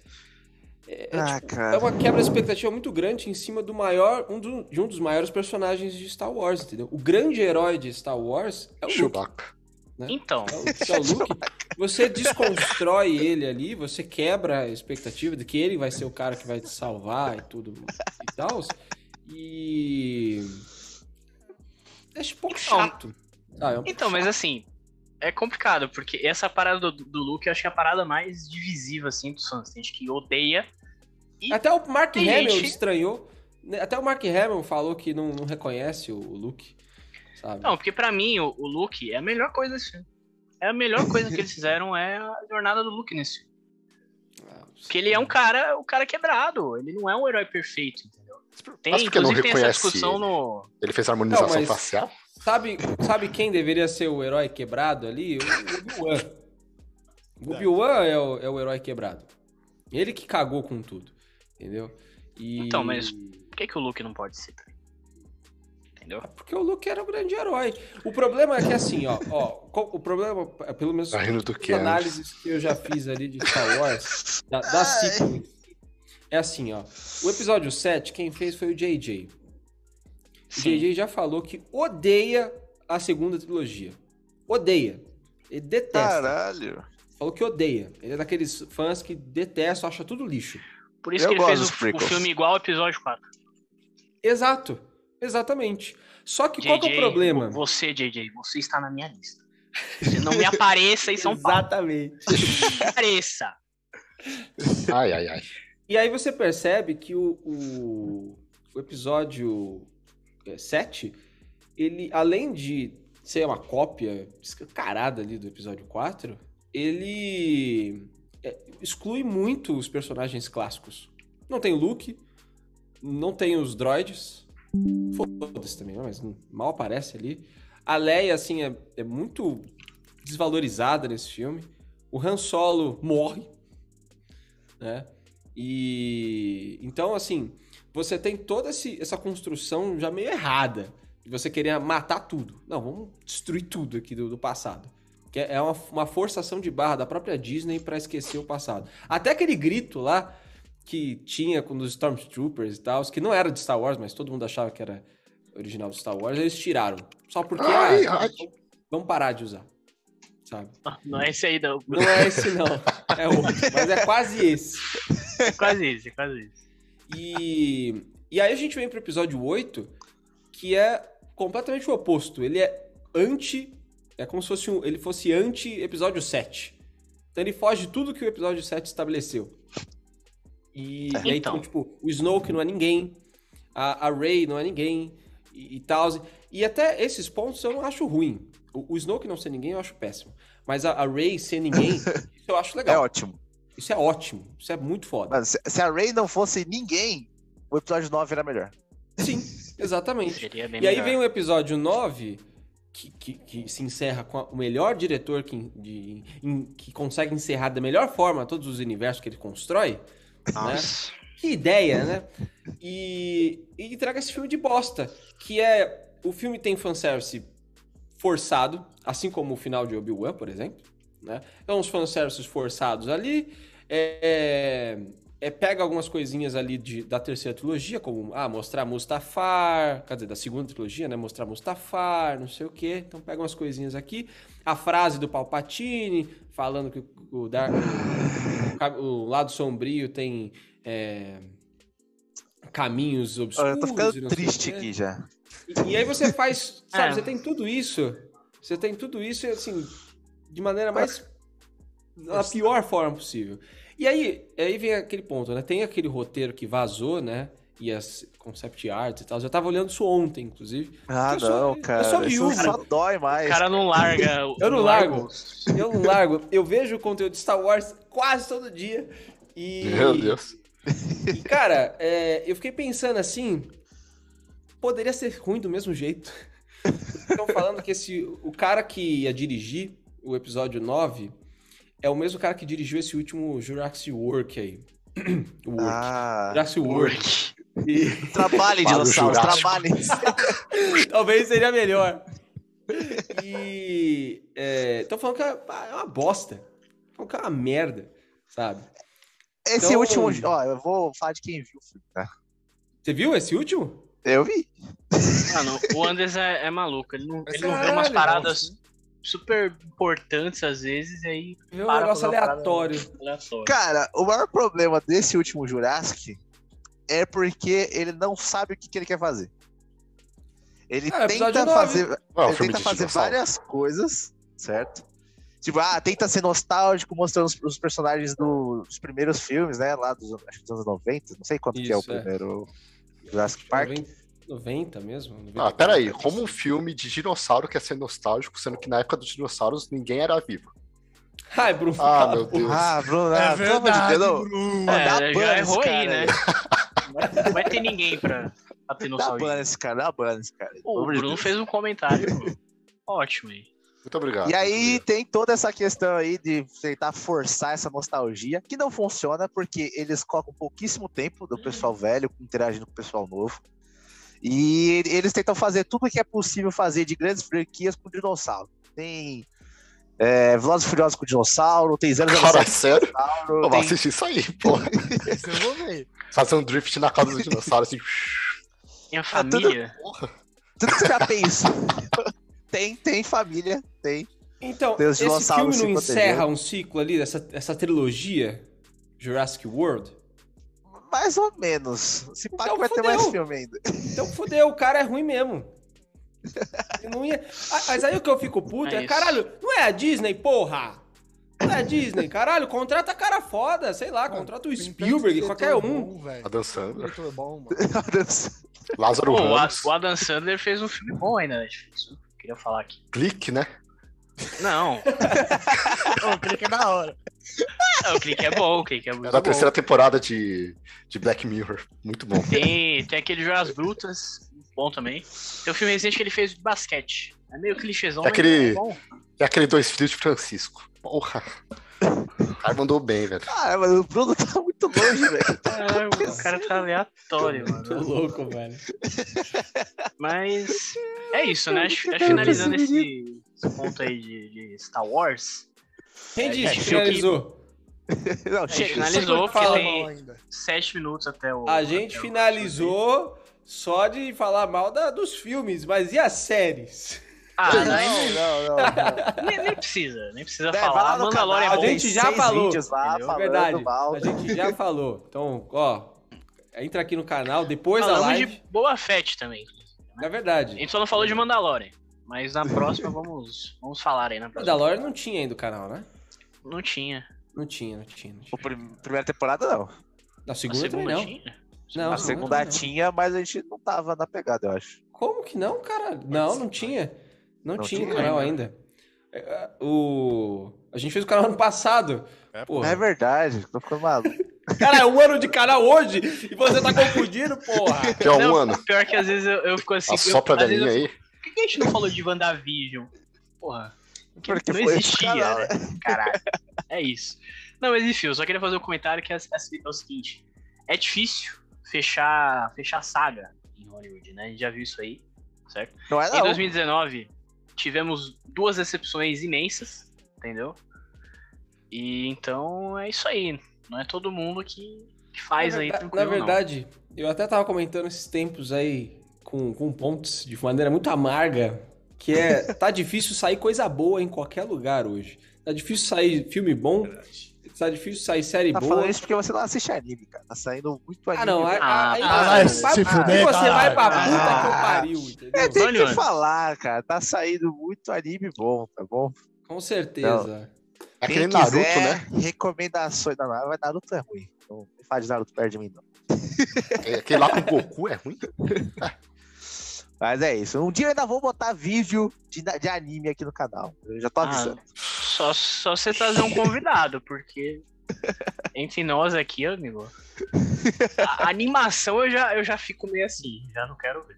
D: é,
B: Ah,
D: é
B: cara.
D: uma quebra de expectativa muito grande em cima do maior, um do- de um dos maiores personagens de Star Wars, entendeu? O grande herói de Star Wars é o Luke.
E: Chewbacca.
A: Então,
D: É o- que é o Luke, você desconstrói ele ali, você quebra a expectativa de que ele vai ser o cara que vai te salvar e tudo e tal. E. É um pouco chato. Ah, é um-
A: então, mas assim, é complicado, porque essa parada do, do Luke eu acho que é a parada mais divisiva, assim, do Santos. Tem gente que odeia.
D: Até o Mark
A: Tem
D: Hamill
A: gente-
D: estranhou. né? Até o Mark Hamill falou que não, não reconhece o, o Luke. Sabe?
A: Não, porque pra mim o, o Luke é a melhor coisa desse filme. É a melhor coisa que eles fizeram é a jornada do Luke nesse filme.
D: Ah,
A: Porque ele é um cara, um cara quebrado. Ele não é um herói perfeito, entendeu? Tem,
E: Mas por que não
A: inclusive tem essa
E: reconhece
A: discussão
E: ele?
A: no.
E: Ele fez harmonização
D: Não, mas-
E: facial?
D: Sabe, sabe quem deveria ser o herói quebrado ali? O Obi-Wan. O Obi-Wan é o, é o herói quebrado. Ele que cagou com tudo. Entendeu? E-
A: Então, mas- Por que, que o Luke não pode ser? Entendeu?
D: Ah, Porque o Luke era o grande herói. O problema é que assim, ó, ó co- o problema, é, pelo menos
E: Tá rindo do
D: as
E: quê, né?
D: análises que eu já fiz ali de Star Wars, da, da sequel em si, é assim, ó. O episódio 7, quem fez foi o JJ. O
A: Sim.
D: JJ já falou que odeia a segunda trilogia. Odeia. Ele detesta.
B: Caralho.
D: Falou que odeia. Ele é daqueles fãs que detestam, acha tudo lixo.
A: Por isso
B: Eu
A: que ele
B: gosto
A: fez
B: dos
A: o, o
B: prequels.
A: filme igual ao episódio 4.
D: Exato, exatamente. Só que qual que é o
A: JJ,
D: problema?
A: Você, JJ, você está na minha lista. Você não me apareça em São Paulo.
D: Exatamente.
A: Não apareça.
E: Ai, ai, ai.
D: E aí você percebe que o, o, o episódio 7, ele, além de ser uma cópia escancarada ali do episódio 4, ele é, exclui muito os personagens clássicos. Não tem Luke, não tem os droids, foda-se também, né, mas mal aparece ali. A Leia, assim, é, é muito desvalorizada nesse filme. O Han Solo morre, né? E então, assim, você tem toda esse- essa construção já meio errada de você querer matar tudo. Não, vamos destruir tudo aqui do, do passado. Que é uma, uma forçação de barra da própria Disney pra esquecer o passado. Até aquele grito lá que tinha com os Stormtroopers e tal, que não era de Star Wars, mas todo mundo achava que era original do Star Wars, eles tiraram. Só porque
E: Ai,
D: ah,
E: ai.
D: vamos parar de usar. Sabe?
A: Não é esse aí, não.
D: Não é esse, não. É outro. Mas é quase esse.
A: É quase isso, é quase isso.
D: E, e aí a gente vem pro episódio 8, que é completamente o oposto. Ele é anti. É como se fosse um, ele fosse anti-episódio 7. Então ele foge de tudo que o episódio 7 estabeleceu. E, e aí,
A: Então.
D: então, tipo, o Snoke não é ninguém, a, a Rey não é ninguém, e, e tal. E até esses pontos eu não acho ruim. O, o Snoke não ser ninguém eu acho péssimo. Mas a, a Rey ser ninguém, isso eu acho
B: É
D: legal.
B: ótimo.
D: isso é ótimo. Isso é muito foda.
B: Mano, se, se a Ray não fosse ninguém, o episódio 9 era melhor.
D: Sim, exatamente.
A: Seria bem
D: E aí
A: melhor.
D: vem o episódio 9, que, que, que se encerra com a- o melhor diretor que, en- de- em- que consegue encerrar da melhor forma todos os universos que ele constrói. né?
A: Nossa.
D: Que ideia, né? E, e entrega esse filme de bosta, que é... O filme tem fanservice forçado, assim como o final de Obi-Wan, por exemplo. Né? Então, uns fanservices forçados ali. É, é, pega algumas coisinhas ali de- da terceira trilogia, como ah, mostrar Mustafar, quer dizer, da segunda trilogia, né? Mostrar Mustafar, não sei o quê. Então pega umas coisinhas aqui. A frase do Palpatine, falando que o, o Dark- o ca- o lado sombrio tem é, caminhos obscuros.
B: Ah, Eu tô
D: e
B: ficando
D: não sei o
B: triste
D: quê.
B: aqui já.
D: E, e aí você faz, sabe,
A: É.
D: você tem tudo isso. Você tem tudo isso, assim, de maneira mais. da pior forma possível. E aí, aí vem aquele ponto, né? Tem aquele roteiro que vazou, né? E as concept arts e tal. Eu já tava olhando isso ontem, inclusive.
B: Ah,
D: Eu sou-
B: não,
D: eu
B: cara.
D: sou
B: Isso
D: viúvo.
B: só dói mais.
A: O cara não larga. o-
D: Eu não largo.
A: os-
D: Eu não largo. Eu vejo o conteúdo de Star Wars quase todo dia. E.
E: Meu Deus.
D: E, cara, é, eu fiquei pensando assim. Poderia ser ruim do mesmo jeito. Estão falando que esse, o cara que ia dirigir o episódio 9 é o mesmo cara que dirigiu esse último Jurassic Work aí. Work.
B: Ah,
D: Jurassic Work.
A: Work.
D: E-
B: trabalhe,
E: Fala,
B: dinossauros,
E: Jurássico.
B: trabalhe.
D: Talvez seria melhor. E. Estão falando que é é uma bosta. Falando que é uma merda, sabe?
B: Esse
D: Então-
B: último, ó, eu vou falar de quem viu o filme, né?
D: Você viu esse último?
B: Eu vi.
A: Mano, o Anders é, é maluco. Ele não, ele não vê
D: Caralho,
A: umas paradas
D: né?
A: super importantes às vezes e aí
D: Viu um
A: Para
D: negócio
A: pra ver uma
D: aleatório.
A: aleatório.
B: Cara, o maior problema desse último Jurassic é porque ele não sabe o que, que ele quer fazer. Ele
D: Ah, é episódio
B: tenta
D: nove.
B: fazer,
E: Não, é um
B: ele
E: filme
B: tenta
E: de
B: fazer
E: dinossauro.
B: várias coisas, certo? Tipo, ah, tenta ser nostálgico mostrando os, os personagens do- dos primeiros filmes, né? Lá dos, acho que dos anos 90, não sei quanto que é o
D: Isso, é.
B: primeiro Jurassic Park.
D: 90 mesmo? 90.
E: Ah, peraí, como um filme de dinossauro quer ser nostálgico, sendo que na época dos dinossauros niném era vivo?
D: Ai, Bruno,
E: Ah,
D: cala
E: meu
D: a
E: Deus.
B: Ah, Bruno,
C: É
B: ah, pelo amor de
C: verdade,
B: Deus, não. Pô,
C: Bruno.
B: dá
A: É,
B: ban
A: já errou
B: nesse
A: aí,
B: cara
A: né? Não vai ter ninguém pra, pra ter
B: Dá
A: noção
B: ban
A: disso.
B: nesse cara, dá ban nesse cara. Pelo
A: O
B: amor de
A: Bruno
B: Deus.
A: fez um comentário ótimo aí.
E: Muito obrigado.
B: E aí
E: muito
B: tem toda essa questão aí de tentar forçar essa nostalgia, que não funciona porque eles colocam pouquíssimo tempo do pessoal velho interagindo com o pessoal novo. E eles tentam fazer tudo o que é possível fazer de grandes franquias com dinossauro. Tem é, Velozes e Furiosos com dinossauro, tem Zero
E: obrigado.
B: Zero Sete com
E: Cara, sério?
B: dinossauro,
E: Eu vou
B: tem-
E: assistir isso aí, pô.
C: Esse eu vou ver.
E: Fazer um drift na casa dos dinossauros, assim.
A: Minha
E: Tá
B: tudo-
A: família.
B: tudo que você já pensa. tem, tem família, tem.
D: Então,
B: Tem os
D: esse filme
B: dinossauros
D: não
B: se protegendo.
D: encerra um ciclo ali, dessa essa trilogia Jurassic World?
B: mais ou menos. Se pá,
D: Então
B: que vai ter
D: fudeu.
B: mais filme ainda.
D: Então fudeu, o cara é ruim mesmo. Ele não ia- Ah, Mas aí o que eu fico puto
A: É
D: é,
A: isso.
D: caralho, não é a Disney, porra! Não é a Disney, caralho, contrata cara foda, sei lá,
C: Mano,
D: contrata o
C: Tem tanto
D: Então Spielberg,
C: diretor
D: qualquer um.
C: Então bom,
B: Tá
C: velho.
E: Adam Sandler,
C: Diretor bom, mano.
E: tá Lázaro
A: Pô, o, A-
E: Ramos,
A: o Adam Sandler fez um filme bom aí na Netflix. eu Queria falar aqui.
E: Clique, né?
A: Não,
C: Ô, o clique é da hora.
A: o clique é bom, o clique é bom.
E: Era a terceira temporada de, de Black Mirror. Muito bom.
A: Tem, tem aquele Joias Brutas, bom também. Tem o filme recente que ele fez de basquete. É meio clichêzão,
E: É
A: mas é
E: aquele-
A: bom.
E: E aquele dois filhos de Francisco. Porra. O cara mandou bem, velho.
B: Cara, mas o Bruno tá muito longe, velho.
A: Caralho, o cara tá aleatório,
D: Tô
A: mano.
D: louco, velho.
A: Mas é isso, né? Acho, acho finalizando esse, esse ponto aí de, de Star Wars.
D: Quem
A: É,
D: disse que
A: gente, eu que-
D: finalizou?
B: Não,
A: gente,
B: chega.
A: finalizou,
C: Só que eu
A: porque
C: falo
A: tem-
C: mal ainda.
A: Sete minutos até o.
D: A gente
A: até o-
D: finalizou só de falar mal da- dos filmes, mas e as séries?
A: Ah,
B: Não,
A: daí
B: não, não. não.
A: nem, nem precisa, nem precisa
D: Né,
B: Vai
A: falar.
B: lá no
A: Mandalorian é
B: canal,
A: bom.
D: A gente já
B: seis
D: falou,
B: vídeos lá
A: entendeu? É
D: É
B: falando
D: verdade,
B: mal.
D: a gente já falou. Então, ó, entra aqui no canal depois da
A: Falamos
D: live.
A: de Boa Fett também.
D: Na
A: A
D: verdade,
A: gente só não falou de Mandalorian. Mas na próxima vamos, vamos falar aí na próxima.
D: Mandalorian não tinha ainda o canal, né?
A: Não tinha.
D: Não tinha, não tinha. Não tinha.
B: O prim- primeira temporada, não.
D: Na
A: Na
D: segunda, também
A: segunda
D: não.
A: tinha?
D: Não,
B: a
D: não,
B: segunda
D: não.
B: tinha, mas a gente não tava na pegada, eu acho.
D: Como que não, cara? Não, não tinha. Não,
B: Não
D: tinha
B: tinha
D: canal ainda. É, é, O... A gente fez o canal ano passado.
C: É,
D: Pô,
B: É verdade, tô ficando maluco.
D: Cara, é um ano de canal hoje e você tá confundindo, porra.
E: Que é um
A: Não,
E: ano.
A: Pior que às vezes eu, eu fico assim.
E: A
A: eu-
E: sopra
A: às
E: da
A: vezes eu
E: linha aí.
A: Por que que a gente não falou de WandaVision? Porra. Porque,
B: Porque
A: não
B: foi esse
A: existia,
B: canal,
A: né? Caralho. É isso. Não, mas enfim, eu só queria fazer um comentário que é, é- é o seguinte. É difícil fechar, fechar saga em Hollywood, né? A gente já viu isso aí, certo?
B: Não é
A: Em
B: não.
A: 2019, tivemos duas decepções imensas, entendeu? E então é isso aí. Não é todo mundo que, que faz
D: na,
A: aí
D: verda-
A: tranquilo,
D: na verdade, eu até tava comentando esses tempos aí com, com pontos de maneira muito amarga, que é tá difícil sair coisa boa em qualquer lugar hoje. Tá difícil sair filme bom, tá difícil sair série
B: Tá
D: boa.
B: falando isso porque você não assiste anime, cara. Tá saindo muito anime.
D: Ah, não, aí,
A: Ah,
D: aí,
A: ah,
D: aí
C: vai
D: você vai-
C: se
D: aí
C: fuder,
D: você vai pra
C: caralho.
D: puta que eu
B: Ah.
D: pariu, entendeu?
B: É, tem
A: Antônio,
B: que
A: né?
B: falar, cara. Tá saindo muito anime bom, tá bom?
D: Com certeza.
E: É
B: Quem
E: aquele Naruto,
B: quiser,
E: né?
B: recomendações da Naruto. mas Naruto é ruim. Não me fala de Naruto perto de mim, não.
E: É Aquele lá com o Goku é ruim.
B: Mas é isso. Um dia eu ainda vou botar vídeo de, de anime aqui no canal. Eu já tô
A: Ah,
B: avisando.
A: só, só você trazer um convidado, porque entre nós aqui, amigo, a animação eu já, eu já fico meio assim, já não quero ver.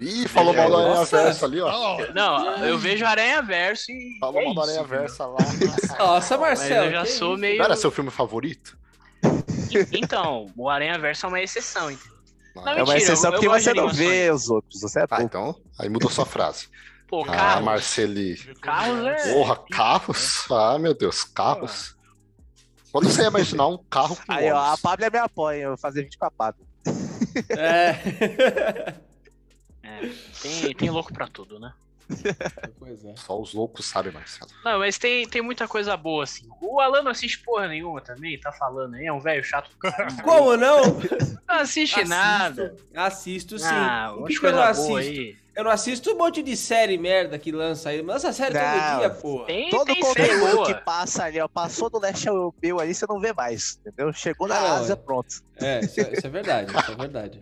E: Ih, falou mal da Aranha
D: Nossa.
E: Versa ali, ó.
C: Ó,
A: Não, eu vejo Aranha Verso e.
E: Falou
A: é
E: mal da
A: isso,
E: Aranha Versa lá.
D: Nossa,
A: Mas
D: Marcelo.
A: eu já
D: que
A: sou
D: isso?
A: meio.
E: Não era seu filme favorito?
A: Então, o Aranha Verso é uma exceção, entendeu?
E: Não,
A: Não,
E: é.
B: É uma
A: mentira,
B: exceção
A: eu- eu
B: porque
A: gosto
B: você
A: de
B: não
A: animações.
B: vê os outros. Você é
E: Ah,
B: pouco.
E: então. Aí mudou sua frase.
A: Pô,
E: Ah,
A: cara,
E: Marceli.
A: Carros é.
E: Porra, carros? Ah, meu Deus, carros? Quando você ia imaginar um carro com
B: Aí, ó, a
E: olhos?
B: Pablo me apoia. Eu vou fazer vídeo com a Pablo.
D: É.
A: é, tem, tem louco pra tudo, né?
D: pois é.
E: Só os loucos sabem, Marcelo.
A: Não, mas tem, tem muita coisa boa, assim. O Alan não assiste porra nenhuma também, tá falando aí, é um velho chato. do caralho.
D: Como não?
A: Não assiste nada.
D: Assisto, assisto sim.
A: Ah, um
D: o
A: monte
D: que,
A: de
D: que eu não
A: coisa
D: assisto?
A: boa aí.
D: Eu não assisto um monte de série merda que lança aí. Lança série todo
B: Não.
D: dia, porra.
A: Tem,
B: Todo
A: tem série
B: conteúdo
A: boa.
B: que passa ali, ó. Passou do leste europeu ali, você não vê mais. Entendeu? Chegou na
D: Ah, não, é.
B: Ásia, pronto.
D: É, isso, é- isso é verdade, isso é verdade.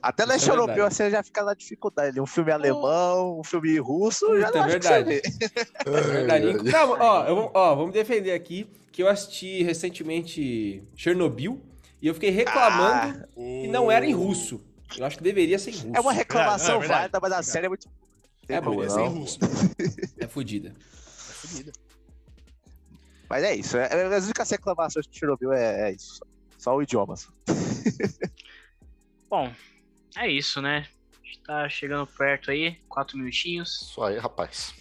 B: Até
D: Isso é
B: leste europeu
D: verdade.
B: você já fica na dificuldade. ali. Um filme alemão, um filme russo, já
D: Puta,
B: não
D: é
B: acho que você
D: verdade.
B: vê.
D: É verdade. Não, ó, eu vou, ó, vou me defender aqui que eu assisti recentemente Chernobyl e eu fiquei reclamando que não era em russo. Eu acho que deveria ser em
B: Ah.
D: russo.
B: É uma
C: Verdade,
B: reclamação
C: não, é verdade.
B: válida, mas a série é muito.
D: É bom,
B: boa,
C: Deveria ser em russo. mano.
D: É fodida.
C: É
D: Tá
C: fodido.
B: Mas é isso. É, é, as únicas reclamações que Chernobyl é, é isso. Só o idioma. só.
A: Bom, é isso, né? A gente tá chegando perto aí, quatro minutinhos.
E: Isso aí, rapaz.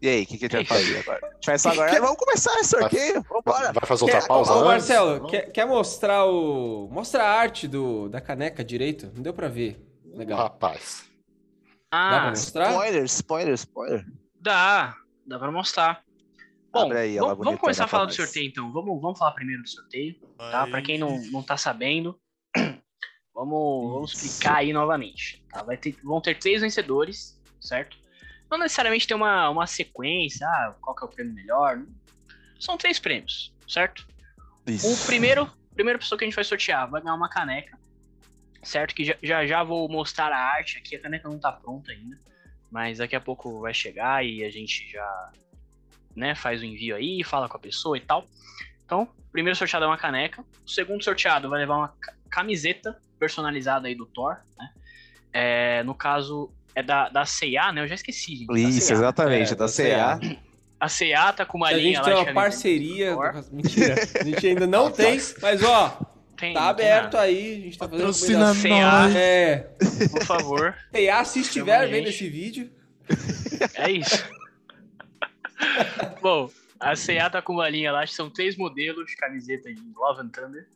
B: E aí, o que, que a gente vai
A: Isso.
B: fazer agora? A gente vai só agora.
A: é?
B: Ah, Vamos começar esse sorteio. Vambora.
E: Vai fazer outra
B: Quer-
E: pausa?
D: Ô,
E: antes?
D: Marcelo,
E: Não?
D: quer, quer mostrar o. Mostra a arte do, da caneca direito? Não deu pra ver. Legal.
E: Rapaz.
D: Dá pra
A: Ah,
D: mostrar?
B: Spoiler, spoiler, spoiler.
A: dá. Dá pra mostrar. Bom,
B: Abre aí, ela
A: vamos,
B: né, bonitona
A: vamos começar a
B: pra
A: falar do
B: nós.
A: sorteio então. Vamos, vamos falar primeiro do sorteio, tá? Pra quem não, não tá sabendo, vamos, vamos explicar aí novamente. tá? Vai ter- vão ter três vencedores, certo? Não necessariamente tem uma, uma sequência, ah, qual que é o prêmio melhor. São três prêmios, certo? O
B: Isso.
A: primeiro, primeira pessoa que a gente vai sortear vai ganhar uma caneca, certo? Que já já, já vou mostrar a arte aqui, a caneca não tá pronta ainda, mas daqui a pouco vai chegar e a gente já, né, faz o envio aí, fala com a pessoa e tal. Então, o primeiro sorteado é uma caneca, o segundo sorteado vai levar uma ca- camiseta personalizada aí do Thor, né? É, no caso, é da, da C&A, né? Eu já esqueci, gente. da
B: Isso,
A: C&A.
B: exatamente, tá da
D: É,
B: CA.
D: da
A: tá A C&A tá com uma
D: a
A: linha
D: gente
A: lá
D: tem
A: de
D: uma
A: camiseta.
D: parceria.
A: Thor.
D: Mentira. A gente ainda não
B: Tá.
D: tem, mas
A: Tem,
D: ó, tá
A: não tem nada.
D: aberto aí. A gente tá fazendo.
C: Patrocina
D: recomendação.
A: C&A,
D: É.
A: por favor.
D: TA, se
A: Chama a
D: estiver vendo
A: gente.
D: esse vídeo.
A: É isso. Bom, a CA tá com uma linha lá, acho que são três modelos de camiseta de Love and Thunder.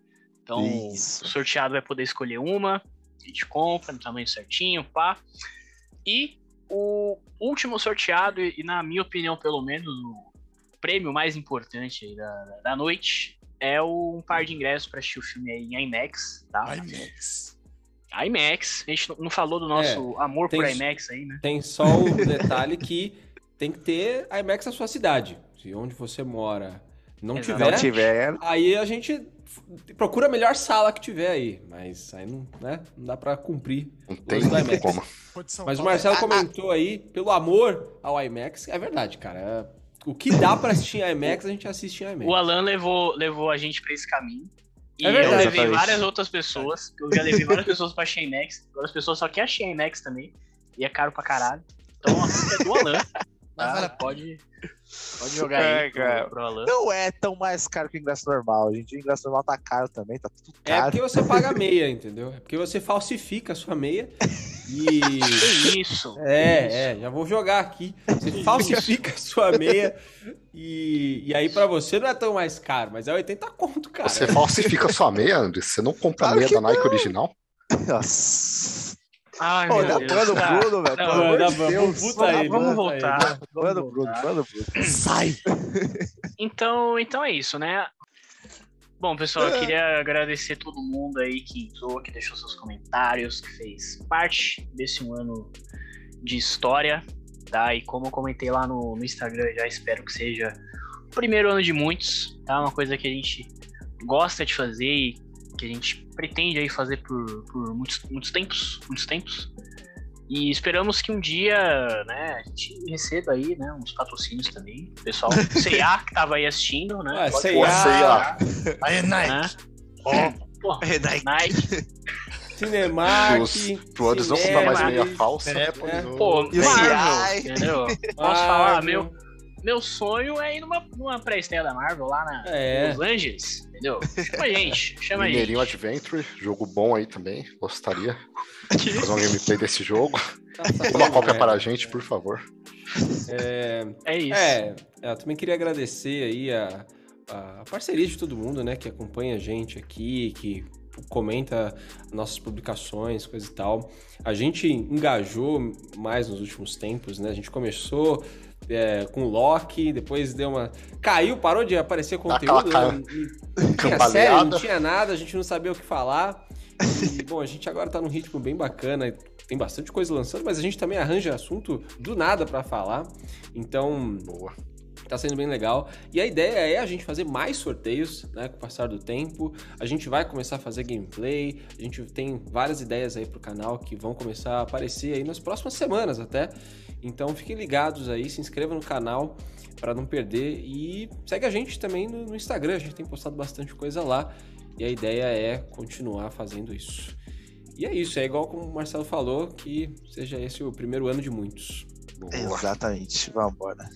A: Então,
B: Isso.
A: o sorteado vai poder escolher uma, a gente compra no tamanho certinho, pá. E o último sorteado, e na minha opinião, pelo menos, o prêmio mais importante aí da, da- da noite é o- um par de ingressos pra assistir o filme aí em IMAX, tá?
C: IMAX.
A: IMAX, a gente não- não falou do nosso amor
D: tem
A: por
D: isso.
A: IMAX aí, né?
D: Tem só o detalhe que tem que ter IMAX na sua cidade. Se onde você mora não
A: Exato.
D: tiver,
B: Não tiver,
D: aí a gente f- procura a melhor sala que tiver aí. Mas aí não, né, não dá pra cumprir.
E: Não tem
D: Os IMAX.
E: como.
C: Pode São
D: Mas o
C: Paulo.
D: Marcelo comentou aí, pelo amor ao IMAX, é verdade, cara. O que dá pra assistir em IMAX, a gente assiste em IMAX.
A: O Alan levou, levou a gente pra esse caminho. E
D: É verdade.
A: eu levei
B: Exatamente.
A: várias outras pessoas. Eu já levei várias pessoas pra Shaynex. Agora as pessoas só querem a Shaynex também. E é caro pra caralho. Então a culpa é do Alan.
C: Mas
A: Tá?
C: vale a
A: Pode, pode jogar
B: É,
A: aí
B: cara.
A: pro, pro Alan.
B: Não é tão mais caro que o ingresso normal, gente. O ingresso normal tá caro também, tá tudo
D: É
B: caro.
D: porque você paga meia, entendeu? É porque você falsifica a sua meia e.
A: Que isso?
D: É, é, já vou jogar aqui. Você falsifica a sua meia e, e aí pra você não é tão mais caro, mas é 80 conto, cara.
E: Você falsifica sua meia, André. Você não compra a
B: Claro
E: meia
B: que
E: da Nike original.
B: Nossa.
A: Ai,
B: Pô,
A: meu
B: dá
A: Deus.
B: pano pro
A: cara.
B: Bruno, velho. Pelo
A: Não,
B: amor
D: dá
B: de
D: pano,
B: Deus.
D: puta
B: Dá
D: ele.
B: pano
A: Vamos
D: Bruno,
A: voltar.
D: tá
B: pro
A: Vamos
B: Bruno,
A: voltar.
B: pano pro Bruno.
C: Sai!
A: Então, então é isso, né? Bom, pessoal, eu queria agradecer todo mundo aí que entrou, que deixou seus comentários, que fez parte desse um ano de história, tá? E como eu comentei lá no, no Instagram, já espero que seja o primeiro ano de muitos, tá? Uma coisa que a gente gosta de fazer e que a gente pretende aí fazer por, por muitos, muitos tempos, muitos tempos. E esperamos que um dia, né, a gente receba aí, né, uns patrocínios também. O pessoal C&A que tava aí assistindo, né?
D: Ah,
A: Pode-
D: sei
E: Pô, sei
D: lá,
E: lá.
C: Aê,
A: né?
C: Nike! Ó,
A: Porra,
B: Renai.
A: Nike.
D: Cinemark,
E: Os- Pro Anderson não dá mais meia falsa.
C: Tépolis,
D: né? É.
C: ô.
A: Pô,
B: E o
A: Marvel,
B: C&A.
A: entendeu? Posso falar, meu, meu sonho é ir numa, numa pré-estreia da Marvel lá na
D: É.
A: Los Angeles, entendeu? Chama a gente, chama a gente.
E: Mineirinho Adventure, jogo bom aí também. Gostaria de fazer um gameplay desse jogo.
D: Tá sacando,
E: Uma cópia
D: velho.
E: para a gente, por favor.
A: É isso.
D: É, eu também queria agradecer aí a, a parceria de todo mundo, né, que acompanha a gente aqui, que comenta nossas publicações, coisa e tal. A gente engajou mais nos últimos tempos, né? A gente começou é, com Loki, depois deu uma. Caiu, parou de aparecer conteúdo.
E: aquela
D: né? Não tinha
E: cambaleada.
D: série, não tinha nada, a gente não sabia o que falar. E, bom, a gente agora tá num ritmo bem bacana, tem bastante coisa lançando, mas a gente também arranja assunto do nada pra falar. Então,
E: Boa.
D: Tá sendo bem legal. E a ideia é a gente fazer mais sorteios, né? Com o passar do tempo. A gente vai começar a fazer gameplay. A gente tem várias ideias aí pro canal que vão começar a aparecer aí nas próximas semanas até. Então fiquem ligados aí, se inscreva no canal pra não perder. E segue a gente também no, no Instagram. A gente tem postado bastante coisa lá. E a ideia é continuar fazendo isso. E é isso, é igual como o Marcelo falou, que seja esse o primeiro ano de muitos.
E: Boa.
B: Exatamente, vambora.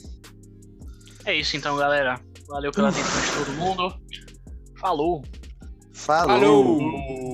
A: É isso então, galera. Valeu pela atenção de todo mundo. Falou.
B: Falou!
D: Falou!
C: Ô.